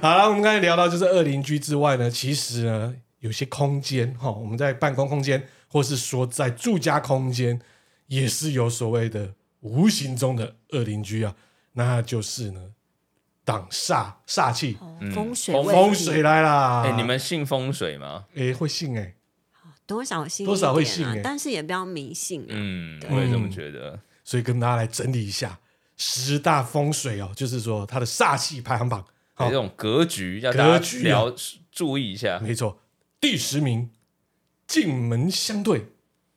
B: 好了，我们刚才聊到就是二邻居之外呢，其实呢有些空间哈，我们在办公空间，或是说在住家空间，也是有所谓的无形中的二邻居啊，那就是呢挡煞煞气，
C: 哦
A: 嗯
C: 风水
A: 风
C: 问题
B: 风水来啦。
A: 哎、你们信风水吗？
B: 哎、会信哎、
C: 多少信
B: 多少会
C: 一点啊
B: 信欸
C: 但是也不要迷信啊。
A: 嗯，
C: 对
A: 我也这么觉得。
B: 所以跟大家来整理一下十大风水哦，就是说它的煞气排行榜。
A: 有
B: 好
A: 这，种格局要
B: 格
A: 大家
B: 局啊
A: 聊注意一下。
B: 没错，第十名，进门相对。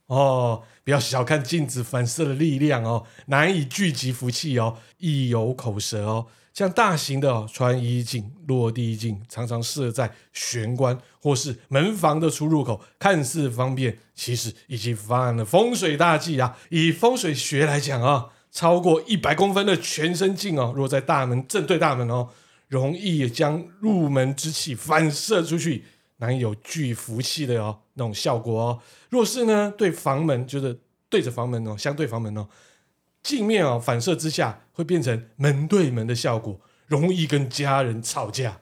B: 哦，不要小看镜子反射的力量哦，难以聚集福气哦，一有口舌哦。像大型的、哦、穿衣镜、落地镜，常常设在玄关或是门房的出入口，看似方便，其实已经犯了风水大忌啊！以风水学来讲啊、超过一百公分的全身镜哦，落在大门正对大门哦，容易将入门之气反射出去，难有聚福气的哦那种效果哦。若是呢，对房门就是对着房门哦，相对房门哦，镜面哦反射之下会变成门对门的效果，容易跟家人吵架。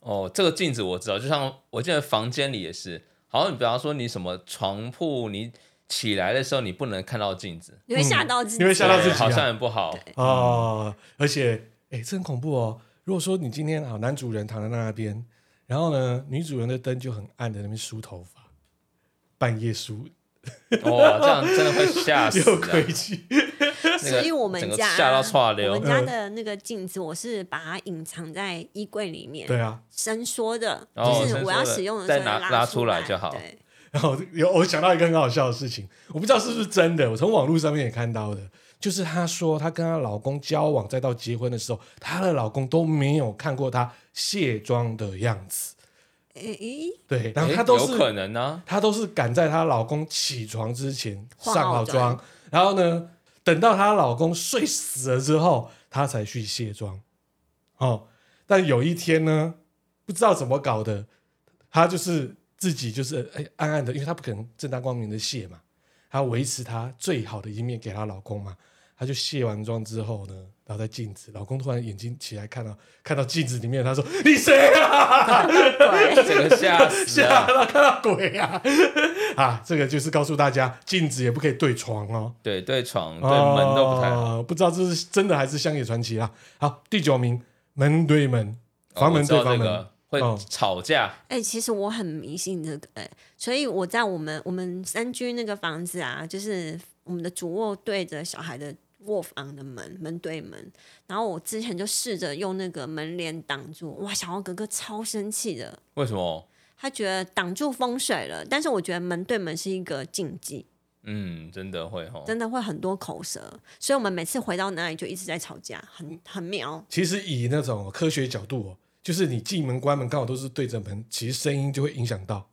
A: 哦，这个镜子我知道，就像我记得房间里也是，好像你比方说你什么床铺，你起来的时候你不能看到镜子，
C: 你会吓到自己，
B: 你会嗯吓到自己啊
A: 对好像很不好。
B: 哦，而且，哎，这很恐怖哦。如果说你今天啊，男主人躺在那边，然后呢，女主人的灯就很暗的那边梳头发，半夜梳，
A: 哇，这样真的会 吓死
B: 又
A: 啊。
B: 亏气。
A: 那个
C: 所以我们
A: 整个
C: 家
A: 吓到岔溜
C: 我们家的那个镜子，我是把它隐藏在衣柜里面，
B: 对啊，
C: 伸缩的，
A: 然后
C: 就是我要使用的时候
A: 再拿
C: 拉
A: 拉出来
C: 来
A: 就好
C: 对，
B: 然后有我想到一个很好笑的事情，我不知道是不是真的，我从网络上面也看到的，就是她说她跟她老公交往再到结婚的时候，她的老公都没有看过她卸妆的样子。
C: 诶诶，
B: 对，然后
A: 诶
B: 她都
A: 有
B: 是
A: 可能啊呢、
B: 她都是赶在她老公起床之前
C: 化
B: 上
C: 好
B: 好妆，然后呢，等到她老公睡死了之后，她才去卸妆。哦，但有一天呢，不知道怎么搞的，她就是自己就是哎暗暗的，因为她不可能正大光明的卸嘛，她维持她最好的一面给她老公嘛。她就卸完妆之后呢，然后在镜子，老公突然眼睛起来看到看到镜子里面，他说：“你谁啊？”
A: 啊，整个吓死
B: 吓
A: 了。
B: 到看到鬼啊！ 啊，这个就是告诉大家，镜子也不可以对床哦，
A: 对对床对门都不太好。
B: 哦不知道这是真的还是乡野传奇啦。好，第九名，门对门，房门对
A: 哦我知道
B: 房门，
A: 这个
B: 哦
A: 会吵架，
C: 哎、其实我很迷信这个、哎，所以我在我们我们三居那个房子啊，就是我们的主卧对着小孩的卧房的门，门对门。然后我之前就试着用那个门帘挡住，哇，小王哥哥超生气的，
A: 为什么？
C: 他觉得挡住风水了。但是我觉得门对门是一个禁忌，
A: 嗯，真的会哦。
C: 真的会很多口舌，所以我们每次回到哪里就一直在吵架，很很妙。
B: 其实以那种科学角度哦，就是你进门关门刚好都是对着门，其实声音就会影响到。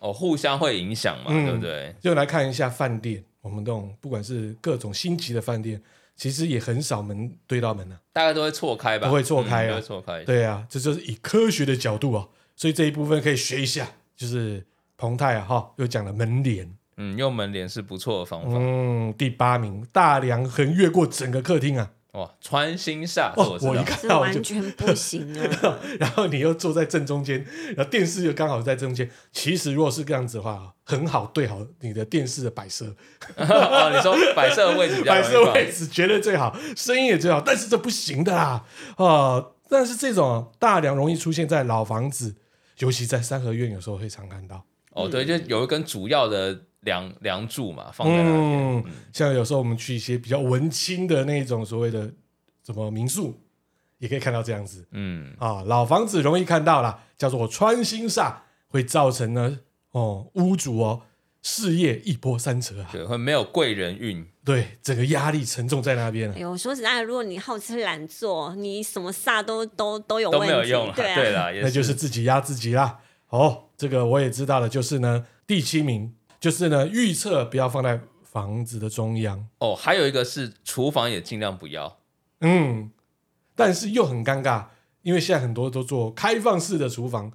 A: 哦，互相会影响嘛，
B: 嗯
A: 对不对？
B: 就来看一下饭店，我们这种不管是各种星级的饭店，其实也很少门对到门啊。
A: 大概都会错开吧，
B: 都会错开
A: 嗯
B: 啊
A: 都会错开。
B: 对啊，这就是以科学的角度啊，所以这一部分可以学一下，就是彭泰啊哈，又讲了门帘。
A: 嗯，用门帘是不错的方法。
B: 嗯，第八名，大梁横越过整个客厅啊！
A: 哇，哦穿心煞，这
B: 哦
A: 我，知
B: 我一
A: 道。
B: 看
C: 这
B: 到我
C: 完
B: 就，
C: 全不行啊！
B: 然后你又坐在正中间，然后电视又刚好在正中间。其实如果是这样子的话，很好对好你的电视的摆设，
A: 哦，你说摆设的位置比较
B: 摆
A: 容易
B: 设
A: 放
B: 位置绝对最好，声音也最好，但是这不行的啦啊！但是这种大梁容易出现在老房子，尤其在三合院，有时候会常看到。
A: 哦，对，就有一根主要的梁梁柱嘛，放在那里。
B: 嗯，像有时候我们去一些比较文青的那种所谓的什么民宿，也可以看到这样子
A: 嗯，
B: 啊。老房子容易看到啦，叫做穿心煞，会造成呢哦屋主哦事业一波三折啊，
A: 对，会没有贵人运。
B: 对，整个压力沉重在那边了 啊
C: 哎。呦，说实在，如果你好吃懒做，你什么煞都都都有
A: 都
C: 问题，
A: 没有用了，
C: 对啊，
A: 对 啦，也
B: 那就是自己压自己啦。哦，这个我也知道了，就是呢第七名，就是呢预测不要放在房子的中央，
A: 哦，还有一个是厨房也尽量不要，
B: 嗯，但是又很尴尬，因为现在很多都做开放式的厨房，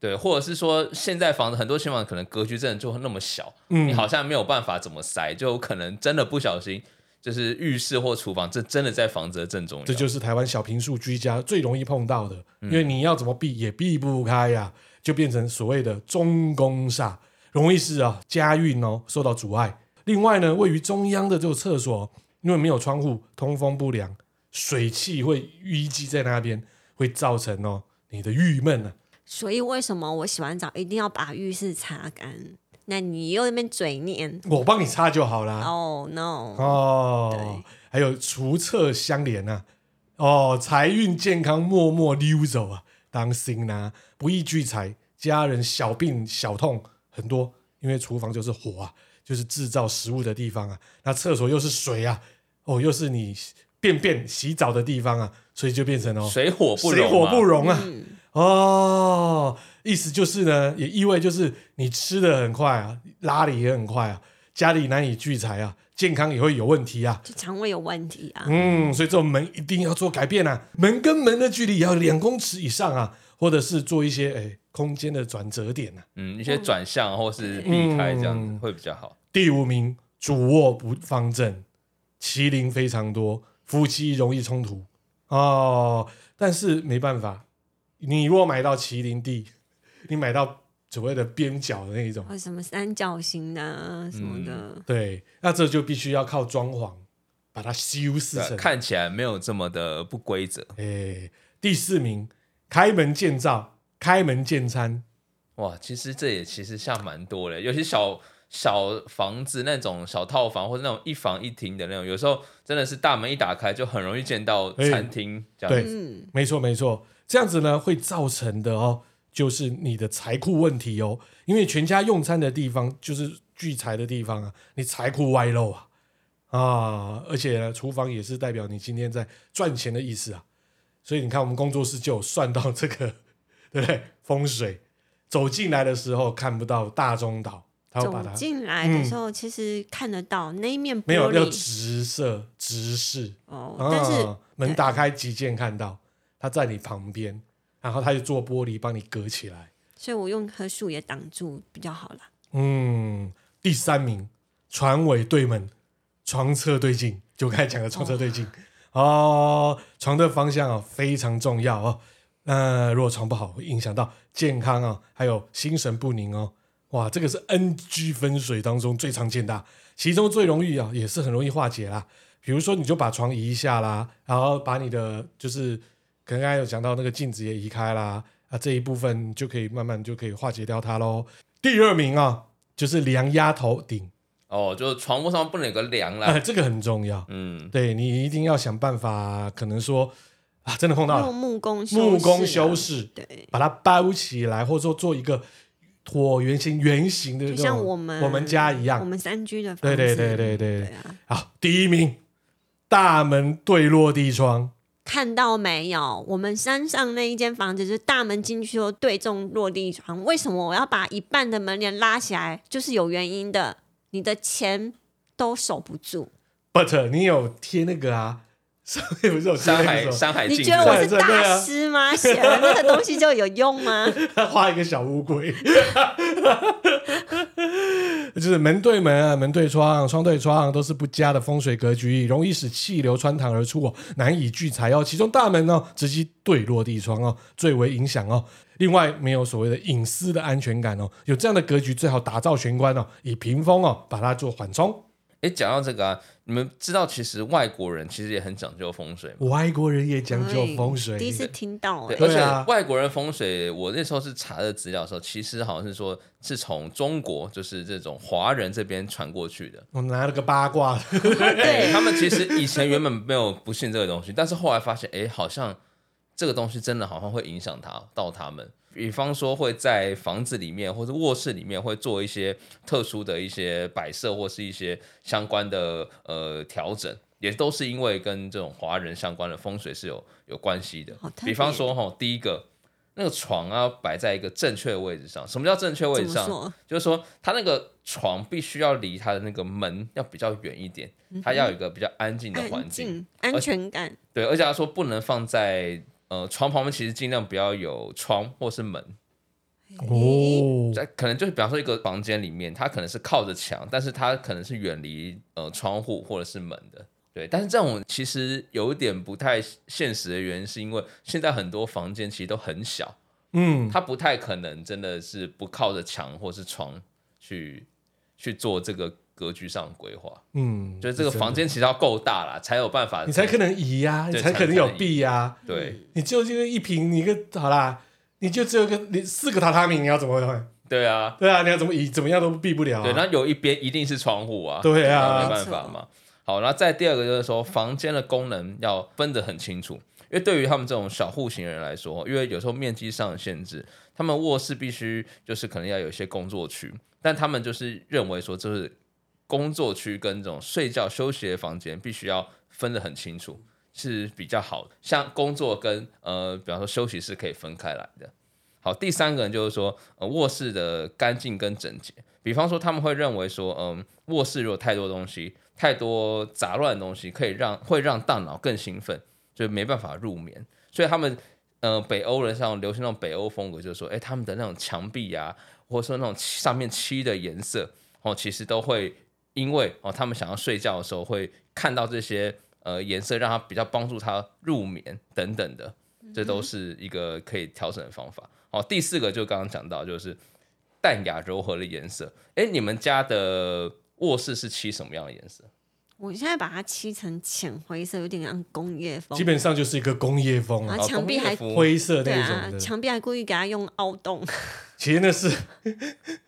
A: 对，或者是说现在房子很多新房子可能格局真的就那么小，
B: 嗯
A: 你好像没有办法怎么塞，就有可能真的不小心就是浴室或厨房，这真的在房子的正中央，
B: 这就是台湾小平数居家最容易碰到的，
A: 嗯
B: 因为你要怎么避也避不开呀、就变成所谓的中宫煞，容易是啊家运哦受到阻碍。另外呢，位于中央的这个厕所，因为没有窗户，通风不良，水汽会淤积在那边，会造成哦你的郁闷啊。
C: 所以为什么我洗完澡一定要把浴室擦干？那你又在那边嘴念
B: 我帮你擦就好啦。
C: 哦 no，
B: 哦
C: 对，
B: 还有除厕相连啊，啊哦，财运健康默默溜走啊，当心呐、不宜聚财，家人小病小痛很多，因为厨房就是火啊，就是制造食物的地方啊，那厕所又是水啊，哦，又是你便便洗澡的地方啊，所以就变成哦，
A: 水火不容
B: 水
A: 嘛，
B: 火不容啊。
C: 嗯，
B: 哦，意思就是呢，也意味就是你吃的很快啊，拉的也很快啊，家里难以聚财啊，健康也会有问题啊。
C: 就肠胃有问题啊。
B: 嗯，所以这种门一定要做改变啊，门跟门的距离也要两公尺以上啊，或者是做一些诶、空间的转折点啊。
A: 嗯，一些转向或是避开这样子
B: 嗯
A: 会比较好。
B: 第五名，主卧不方正，麒麟非常多，夫妻容易冲突哦。但是没办法，你若买到麒麟地，你买到所谓的边角的那一种。
C: 或什么三角形啊什么的，
B: 对，那这就必须要靠装潢把它修饰
A: 对
B: 成。
A: 看起来没有这么的不规则，
B: 哎，第四名，开门见灶，开门见餐，
A: 哇，其实这也其实像蛮多的，有些小小房子那种小套房或者那种一房一厅的那种，有时候真的是大门一打开就很容易见到
B: 哎
A: 餐厅这样
B: 对
A: 子。
C: 嗯，
B: 没错没错，这样子呢会造成的哦，就是你的财库问题哦，因为全家用餐的地方就是聚财的地方啊，你财库外露啊啊，而且呢，厨房也是代表你今天在赚钱的意思啊，所以你看我们工作室就有算到这个， 对不对？风水走进来的时候看不到大中岛，他会把
C: 走
B: 它嗯
C: 进来的时候其实看得到那一面玻
B: 没有要
C: 璃
B: 直射直视，
C: 哦，
B: 啊
C: 但是
B: 门打开，极见看到他在你旁边，然后他就做玻璃帮你隔起来。
C: 所以我用棵树也挡住比较好啦。
B: 嗯，第三名，船尾对门，床侧对镜，就刚才讲的床侧对镜哦床的方向啊、非常重要哦。那、如果床不好，会影响到健康啊、还有心神不宁哦。哇，这个是 NG 分水当中最常见的啊、其中最容易啊，也是很容易化解啦。比如说，你就把床移一下啦，然后把你的就是可能刚才有讲到那个镜子也移开啦，啊这一部分就可以慢慢就可以化解掉它喽。第二名啊，就是梁压头 顶，
A: 哦，就是床铺上不能有个梁
B: 啊、
A: 啦。
B: 这个很重要。
A: 嗯，
B: 对你一定要想办法，可能说啊，真的碰到
C: 用
B: 了
C: 木工饰啊
B: 木工修，饰，
C: 对，
B: 把它包起来，或者说做一个椭圆形、圆形的这
C: 就
B: 种，
C: 像我们
B: 我们家一
C: 我
B: 样。
C: 们三居的房
B: 对
C: 子，
B: 对对对
C: 对
B: 对，
C: 啊，
B: 好，第一名，大门对落地窗，
C: 看到没有？我们山上那一间房子，就是大门进去后对中落地窗。为什么我要把一半的门帘拉起来？就是有原因的，你的钱都守不住。
B: But 你有贴那个啊？上面 不是啊有贴
A: 山
B: 那
A: 海
B: 个什
A: 山海
C: 你
A: 镜
C: 觉得
A: 之
C: 我
A: 类的
B: 对对
C: 是
B: 对啊
C: 大师吗？ 写了那个东西就有用吗？
B: 么？画一个小乌龟， 就是门对门啊，门对窗，窗对窗都是不佳的风水格局，容易使气流穿堂而出哦，难以聚财哦。其中大门哦，直击对落地窗哦，最为影响哦。另外，没有所谓的隐私的安全感哦，有这样的格局最好打造玄关哦，以屏风哦把它做缓冲。
A: 哎，讲到这个啊，你们知道其实外国人其实也很讲究风水吗？
B: 外国人也 讲究风水，
C: 哎第一次听到、
A: 对，
C: 哎
A: 而
B: 对啊
A: 且外国人风水，我那时候是查的资料的时候，其实好像是说是从中国，就是这种华人这边传过去的。
B: 我拿了个八 卦，
A: 对
C: 对
A: 哎他们其实以前原本没有不信这个东西，但是后来发现，哎，好像这个东西真的好像会影响他到他们。比方说会在房子里面或者卧室里面会做一些特殊的一些摆设或是一些相关的呃调整，也都是因为跟这种华人相关的风水是有有关系的
C: 哦好。特别
A: 比方说哈，第一个那个床啊摆在一个正确的位置上，什么叫正确位
C: 怎
A: 置
C: 么
A: 上？
C: 说？
A: 就是说他那个床必须要离他的那个门要比较远一点，他要有一个比较嗯安静的环
C: 安
A: 境。
C: 静、安全感，
A: 对，而且他说不能放在呃床旁边，其实尽量不要有窗或是门。
B: 哦，
A: 在可能就是比方说一个房间里面，它可能是靠着墙，但是它可能是远离呃窗户或者是门的。对，但是这种其实有一点不太现实的原因，是因为现在很多房间其实都很小，
B: 嗯，
A: 他不太可能真的是不靠着墙或是床去去做这个格局上的规划，
B: 嗯，
A: 就是这个房间其实要够大啦，才有办法，
B: 你才可能移呀、你
A: 对
B: 才可能有啊避呀、
A: 对
B: 你就这个一平，你一个好啦，你就只有个你四个榻榻米，你要怎么
A: 对啊，
B: 对啊？你要怎么移，怎么样都避不了、
A: 对，
B: 啊。
A: 那有一边一定是窗户啊，
B: 对啊
A: 那没办法嘛。好，那再第二个就是说，房间的功能要分得很清楚。因为对于他们这种小户型人来说，因为有时候面积上的限制，他们卧室必须就是可能要有一些工作区，但他们就是认为说，就是工作区跟这种睡觉休息的房间必须要分得很清楚，是比较好的。像工作跟呃，比方说休息是可以分开来的。好，第三个呢，就是说，呃，卧室的干净跟整洁。比方说，他们会认为说，嗯，卧室如果太多东西、太多杂乱的东西，可以让会让大脑更兴奋，就没办法入眠。所以他们，呃，北欧人像流行那种北欧风格，就是说，哎、他们的那种墙壁啊，或者说那种漆上面漆的颜色，哦，其实都会因为哦，他们想要睡觉的时候会看到这些呃颜色，让他比较帮助他入眠等等的，这都是一个可以调整的方法。哦，第四个就刚刚讲到，就是淡雅柔和的颜色。哎，你们家的卧室是漆什么样的颜色？
C: 我现在把它漆成浅灰色，有点像工业风。
B: 基本上就是一个工业风
C: 啊
B: 啊，
A: 哦
C: 墙壁
A: 工业
C: 还
A: 风
B: 灰色
C: 对
B: 那一
C: 啊
B: 种，的。
C: 墙壁还故意给它用凹洞，
B: 其实那是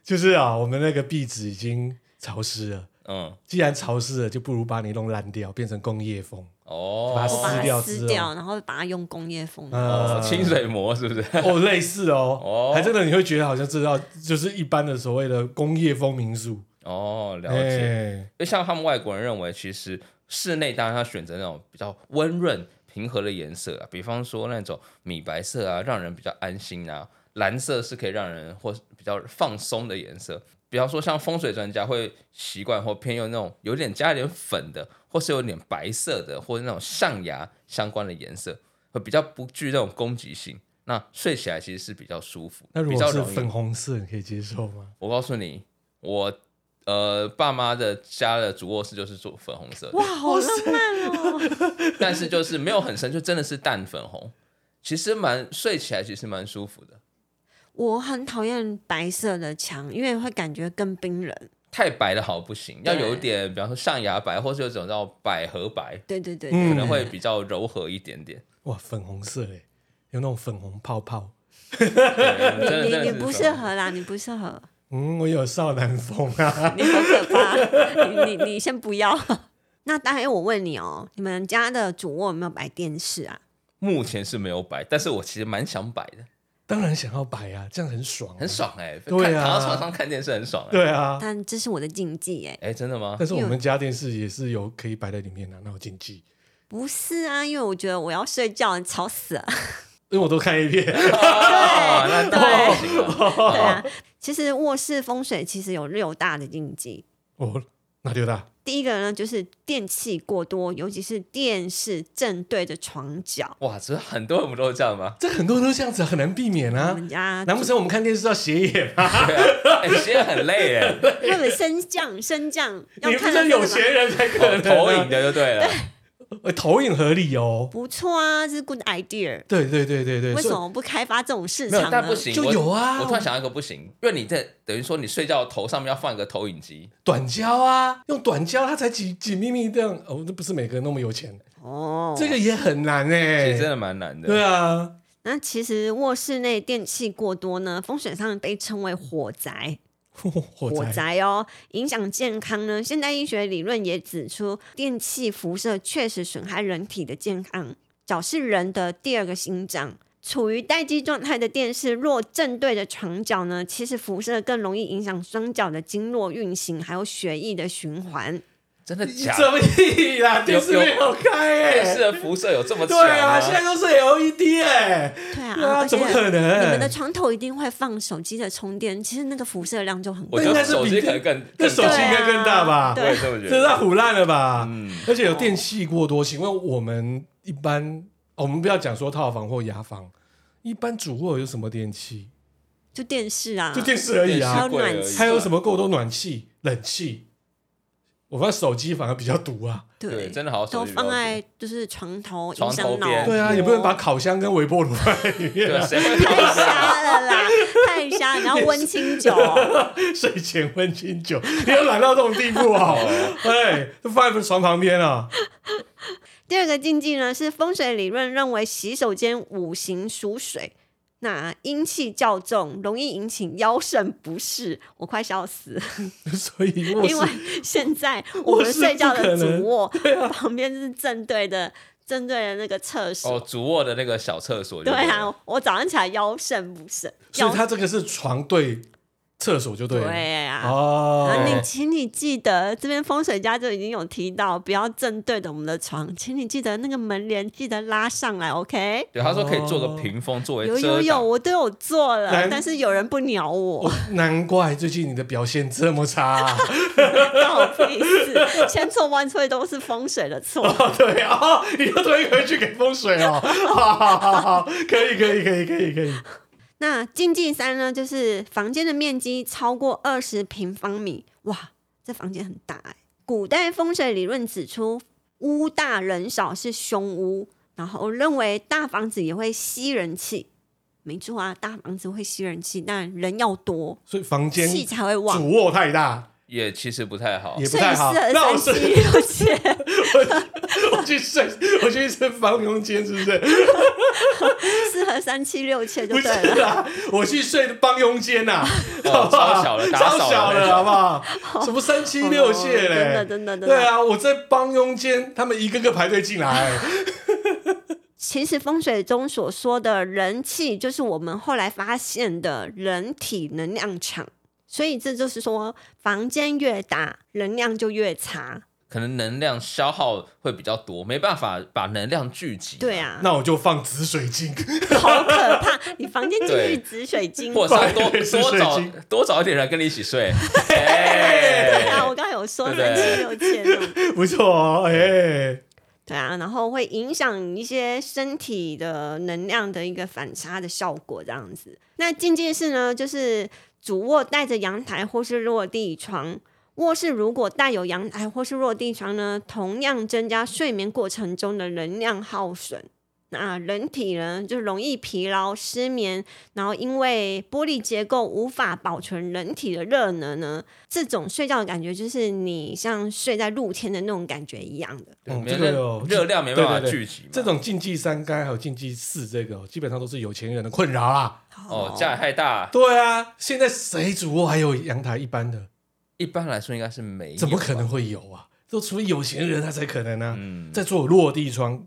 B: 就是啊，我们那个壁纸已经潮湿了。
A: 嗯，
B: 既然潮湿了，就不如把你弄烂掉，变成工业风。把它
A: 哦，
C: 我把
B: 撕
C: 它
B: 掉之
C: 撕
B: 后
C: 掉，然后把它用工业风。
A: 哦
B: 呃，
A: 清水膜是不是？
B: 哦，类似哦，
A: 哦
B: 还真的你会觉得好像知道，就是一般的所谓的工业风民宿。
A: 哦，了解。
B: 哎，
A: 因为像他们外国人认为，其实室内当然要选择那种比较温润、平和的颜色啊，比方说那种米白色啊，让人比较安心啊；蓝色是可以让人或是比较放松的颜色。比方说，像风水专家会习惯或偏用那种有点加一点粉的，或是有点白色的，或者那种象牙相关的颜色，会比较不具那种攻击性。那睡起来其实是比较舒服，
B: 那如
A: 比
B: 果
A: 较
B: 是
A: 容易
B: 粉红色，你可以接受吗？
A: 我告诉你，我呃爸妈的家的主卧室就是做粉红色的，
C: 哇，好浪漫哦！
A: 但是就是没有很深，就真的是淡粉红，其实蛮睡起来其实蛮舒服的。
C: 我很讨厌白色的墙，因为会感觉更冰冷。
A: 太白的好不行，要
C: 对
A: 有一点，比方说象牙白，或是有种叫百合白，
C: 对对对，
B: 嗯
A: 可能会比较柔和一点 点。
B: 哇，粉红色哎，有那种粉红泡泡。
A: 对真的真的
C: 你你
A: 是
C: 你不
A: 粉
C: 适
A: 红
C: 合啦，你不适合，
B: 嗯，我有少男风啊。
C: 你好可怕，你你你先不要。 那当然，我问你哦，你们家的主卧有没有摆电视啊？
A: 目前是没有白，但是我其实蛮想白的，
B: 当然想要摆啊，这样很爽、
A: 很。爽哎、看
B: 对啊
A: 躺到床上看电视很爽哎、
B: 对啊，
C: 但这是我的禁忌哎，
A: 哎、真的吗？
B: 但是我们家电视也是有可以摆在里面的、啊，那我禁忌，
C: 不是啊，因为我觉得我要睡觉，吵死了。
B: 因为我都看 A 片。
A: 啊，那当然不行了。
C: 对啊，其实卧室风水其实有六大的禁忌。
B: 哦，那就大
C: 第一个呢，就是电器过多，尤其是电视正对着床角。
A: 哇，这很多人不都是这样吗？
B: 这很多人都这样子啊，很难避免
C: 我
B: 啊。
C: 们家
B: 难不成我们看电视要斜眼吗？
A: 对啊，哎、现在很累哎、
C: 他们升降升降要
B: 你不
C: 看得
B: 是
C: 这
B: 有
C: 个吗
B: 钱人才可
A: 哦
B: 能、啊
A: 投影，的就对了。
B: 呃，投影合理哦。
C: 不错啊，这是 good idea。
B: 对对对对对，
C: 为什
B: 所以？
C: 么不开发这种市
A: 没有
C: 场，呢
A: 但？不行，
B: 就
A: 我
B: 有啊
A: 我突然想到一个不行，因为你在等于说你睡觉头上面要放一个投影机，
B: 短焦啊，用短焦，他才几几秘密这样哦，那不是每个人那么有钱，
C: 哦，
B: 这个也很难
A: 其
B: 哎、
A: 实真的蛮难的。
B: 对啊，
C: 那其实卧室内电器过多呢，风水上被称为火灾，
B: 火
C: 火灾哦，影响健康呢。现代医学理论也指出，电器辐射确实损害人体的健康，脚是人的第二个心脏。处于待机状态的电视，若正对着床角呢，其实辐射更容易影响双脚的经络运行，还有血液的循环。
A: 真的
B: 你
A: 假
B: 怎
A: 的？
B: 么意啦？电视
A: 有有
B: 没有开哎、
A: 电视的辐射有这么强
B: 对啊，
A: 吗？
B: 现在都是 LED 哎、
C: 对啊，
B: 对啊
C: 而且
B: 怎么可能
C: 你们的床头一定会放手机的充电，其实那个辐射量就很
A: 我觉
C: 高。
B: 那应
A: 得
B: 该是
A: 手
B: 比
A: 机可能更
B: 那
A: 更
B: 手机应该更大吧？
A: 我
C: 对啊
A: 也这么觉
B: 这
A: 得。
B: 太腐烂了吧？
A: 嗯
B: 而且有电器过多，请问我们一般，哦我们不要讲说套房或雅房，一般主卧有什么电器？
C: 就电视啊，
B: 就电视而已
C: 还
B: 啊
C: 有。暖气
B: 还有什？么够多暖气、冷气？我发现手机反而比较毒啊。
A: 对，
C: 对，
A: 真的好像
C: 都
A: 手机比较
C: 放在就是床头、
A: 床
C: 影
A: 头
C: 响脑哦
A: 边
C: 波。
B: 对啊，也不能把烤箱跟微波炉放在里面
A: 对
B: 啊、
A: 谁会
C: 太
A: 看？
C: 瞎了啦，太瞎了！然后温清酒，
B: 睡前温清酒， 你要懒到这种地步啊！哎，就放在床旁边啊。
C: 第二个禁忌呢是风水理论认为洗手间五行属水，那阴气较重，容易引起腰肾不适，我快笑死。
B: 所以卧室
C: 因为现在我们睡觉的主卧
B: 对啊
C: 旁边就是正对的针对了那个厕所。
A: 哦，主卧的那个小厕所就
C: 对
A: 了。
C: 啊，我早上起来腰肾不省，
B: 所
C: 腰
B: 以他这个是床对厕所就对了。
C: 对啊。
B: 哦
C: 然，后你，
A: 对
C: 请你记得，这边风水家就已经有提到，不要正对着我们的床，请你记得那个门帘记得拉上来，OK？
A: 对，他说可以做个屏风作为
C: 有有
A: 遮
C: 有，
A: 挡。
C: 我都有做了
B: 来，
C: 但是有人不鸟 我，
B: 哦难怪最近你的表现这么差、 啊。
C: 关我屁事。千错万错都是风水 的错。
B: 对啊、哦，你又推回去给风水哦。 好好好好，可以可以可以可以可以。
C: 那禁忌三呢，就是房间的面积超过二十平方米，哇，这房间很大哎、古代风水理论指出，屋大人少是凶屋，然后认为大房子也会吸人气。没错啊，大房子会吸人气，但人要多，
B: 所以房间
C: 气才会旺。
B: 主卧太大，
A: 也其实不太好
B: 也，不
C: 所
B: 太
C: 以
B: 好。
C: 适
B: 那
C: 合
B: 我
C: 三
B: 睡，
C: 妻六妾，
B: 我 去睡，我去睡房中间是不是？
C: 适合三妻六妾就
B: 不是
C: 对了。
B: 啦，我去睡帮佣啊间 呐、
A: 哦超小了，打
B: 超
A: 扫
B: 小
A: 了那
B: 了，
A: 种
B: 好不好？什么三妻六妾嘞、
C: 哦真的真的真的
B: 对啊，我在帮佣间，他们一个个排队进来，
C: 其实风水中所说的人气，就是我们后来发现的人体能量场。所以这就是说，房间越大，能量就越差。
A: 可能能量消耗会比较多，没办法把能量聚集。
C: 对，啊，
B: 那我就放紫水晶。
C: 好可怕！你房间进去
A: 对
C: 紫水 晶，
A: 或者是要多
B: 对 是
A: 多找
B: 水晶
A: 多找一点人跟你一起 睡。
C: 对啊，
A: 哎
C: 我刚刚有说
A: 对
C: 三
A: 对
C: 七六千那种。
B: 不错哦，哎、
C: 对啊，然后会影响一些身体的能量的一个反差的效果，这样子。那进阶室呢，就是主卧带着阳台或是落地窗，卧室如果带有阳台或是落地窗呢，同样增加睡眠过程中的能量耗损。那人体呢，就容易疲劳、失眠，然后因为玻璃结构无法保存人体的热能呢，这种睡觉的感觉就是你像睡在露天的那种感觉一样的。
A: 对
B: 嗯
A: 没
B: 这个有
A: 热热量没办法
B: 对对对
A: 聚集嘛。
B: 这种禁忌三该还有禁忌四这个哦，基本上都是有钱人的困扰啦。
A: 哦，家里太大，
B: 对啊，现在谁主卧还有阳台一般的，
A: 一般来说应该是没有，
B: 怎么可能？会有啊？都除非有钱人他才可能啊。
A: 嗯，
B: 再做落地窗，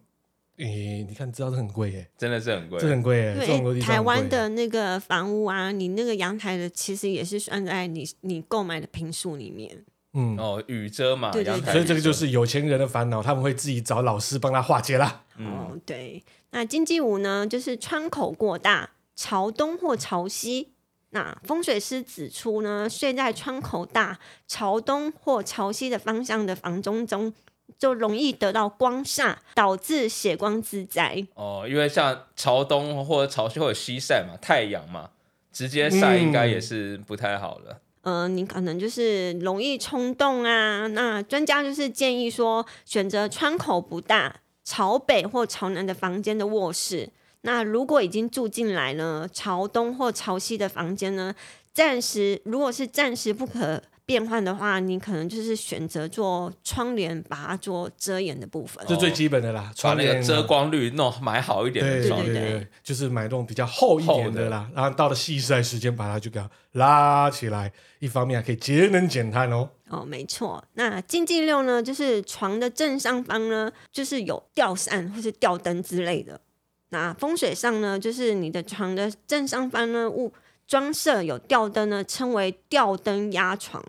B: 诶、你看，知道这很贵耶、
A: 真的是很贵
B: 这。很贵耶、这种
C: 因
B: 落
C: 为
B: 地窗
C: 台
B: 很
C: 湾
B: 贵
C: 的那个房屋啊，你那个阳台的其实也是算在你你购买的平数里面。
B: 嗯，
A: 哦，雨遮嘛，
C: 对对
A: 阳台
B: 所以这个
A: 雨遮
B: 就是有钱人的烦恼，他们会自己找老师帮他化解啦。
A: 嗯，
C: 哦，对。那经济五呢，就是窗口过大，朝东或朝西。那风水师指出呢，睡在窗口大、朝东或朝西的方向的房中中，就容易得到光煞，导致血光之灾。
A: 哦，因为像朝东或者朝西会有西晒嘛，太阳嘛，直接晒应该也是不太好
B: 嗯
A: 了。
C: 呃，你可能就是容易冲动啊。那专家就是建议说，选择窗口不大、朝北或朝南的房间的卧室。那如果已经住进来呢，朝东或朝西的房间呢，暂时如果是暂时不可变换的话，你可能就是选择做窗帘，把它做遮掩的部分。
B: 这最基本的啦，
A: 哦把
B: 窗
A: 那
B: 帘
A: 个
B: 啊
A: 遮。光率弄买好一点
B: 对
A: 的
B: 对
A: 窗
B: 对
A: 帘，
B: 对，就是买那种比较厚一点的啦，然后到了细晒时间把它就给它拉起来，一方面还可以节能减碳哦。
C: 哦，没错。那禁忌六呢，就是床的正上方呢，就是有吊扇或是吊灯之类的。那风水上呢，就是你的床的正上方呢，物装设有吊灯呢，称为吊灯压床。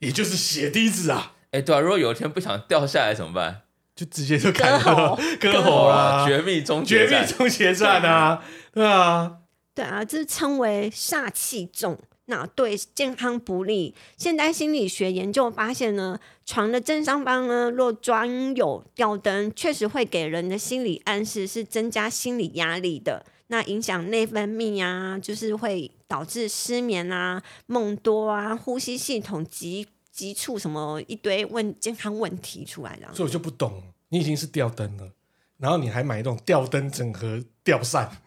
B: 也就是血滴子啊，
A: 哎，对啊，如果有一天不想掉下来怎么办？
B: 就直接就砍了
C: 割喉，
B: 割喉啦，
A: 啊绝命终
B: 绝
A: 结
B: 命
A: 战
B: 终结战啊，对啊，
C: 对啊，这称为煞气重，那对健康不利。现代心理学研究发现呢，床的正上方呢，若装有吊灯，确实会给人的心理暗示是增加心理压力的。那影响内分泌啊，就是会导致失眠啊、梦多啊、呼吸系统急急促什么一堆问健康问题出来的。
B: 所以我就不懂，你已经是吊灯了，然后你还买那种吊灯整盒吊扇，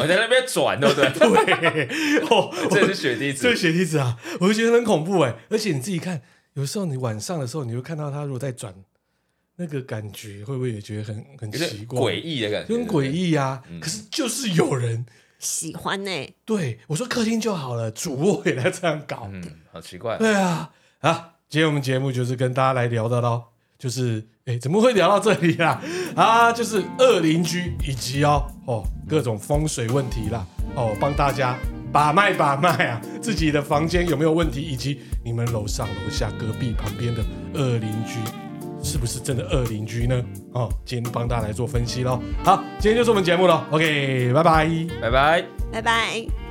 A: 我在那边转，对不 对？
B: 对，哦，
A: 这
B: 我
A: 是雪地
B: 这
A: 子
B: 是，血滴子啊，我就觉得很恐怖哎、而且你自己看，有时候你晚上的时候，你会看到它如果在转，那个感觉会不会也觉得很很
A: 有
B: 奇
A: 点
B: 怪，
A: 诡异嗯的感觉，
B: 就很
A: 对不
B: 诡
A: 对。
B: 异啊。可是就是有人
C: 喜欢欸呢、
B: 对我说客厅就好了，主卧也在这样搞，哎
A: 嗯，好奇怪。
B: 对啊，啊，今天我们节目就是跟大家来聊的喽。就是哎、诶怎么会聊到这里啦？啊，就是恶邻居以及哦哦各种风水问题啦，哦，帮大家把脉把脉啊，自己的房间有没有问题，以及你们楼上楼下隔壁旁边的恶邻居是不是真的恶邻居呢？哦，今天帮大家来做分析喽。好，今天就是我们节目了，OK，拜拜。
A: 拜拜。
C: 拜拜。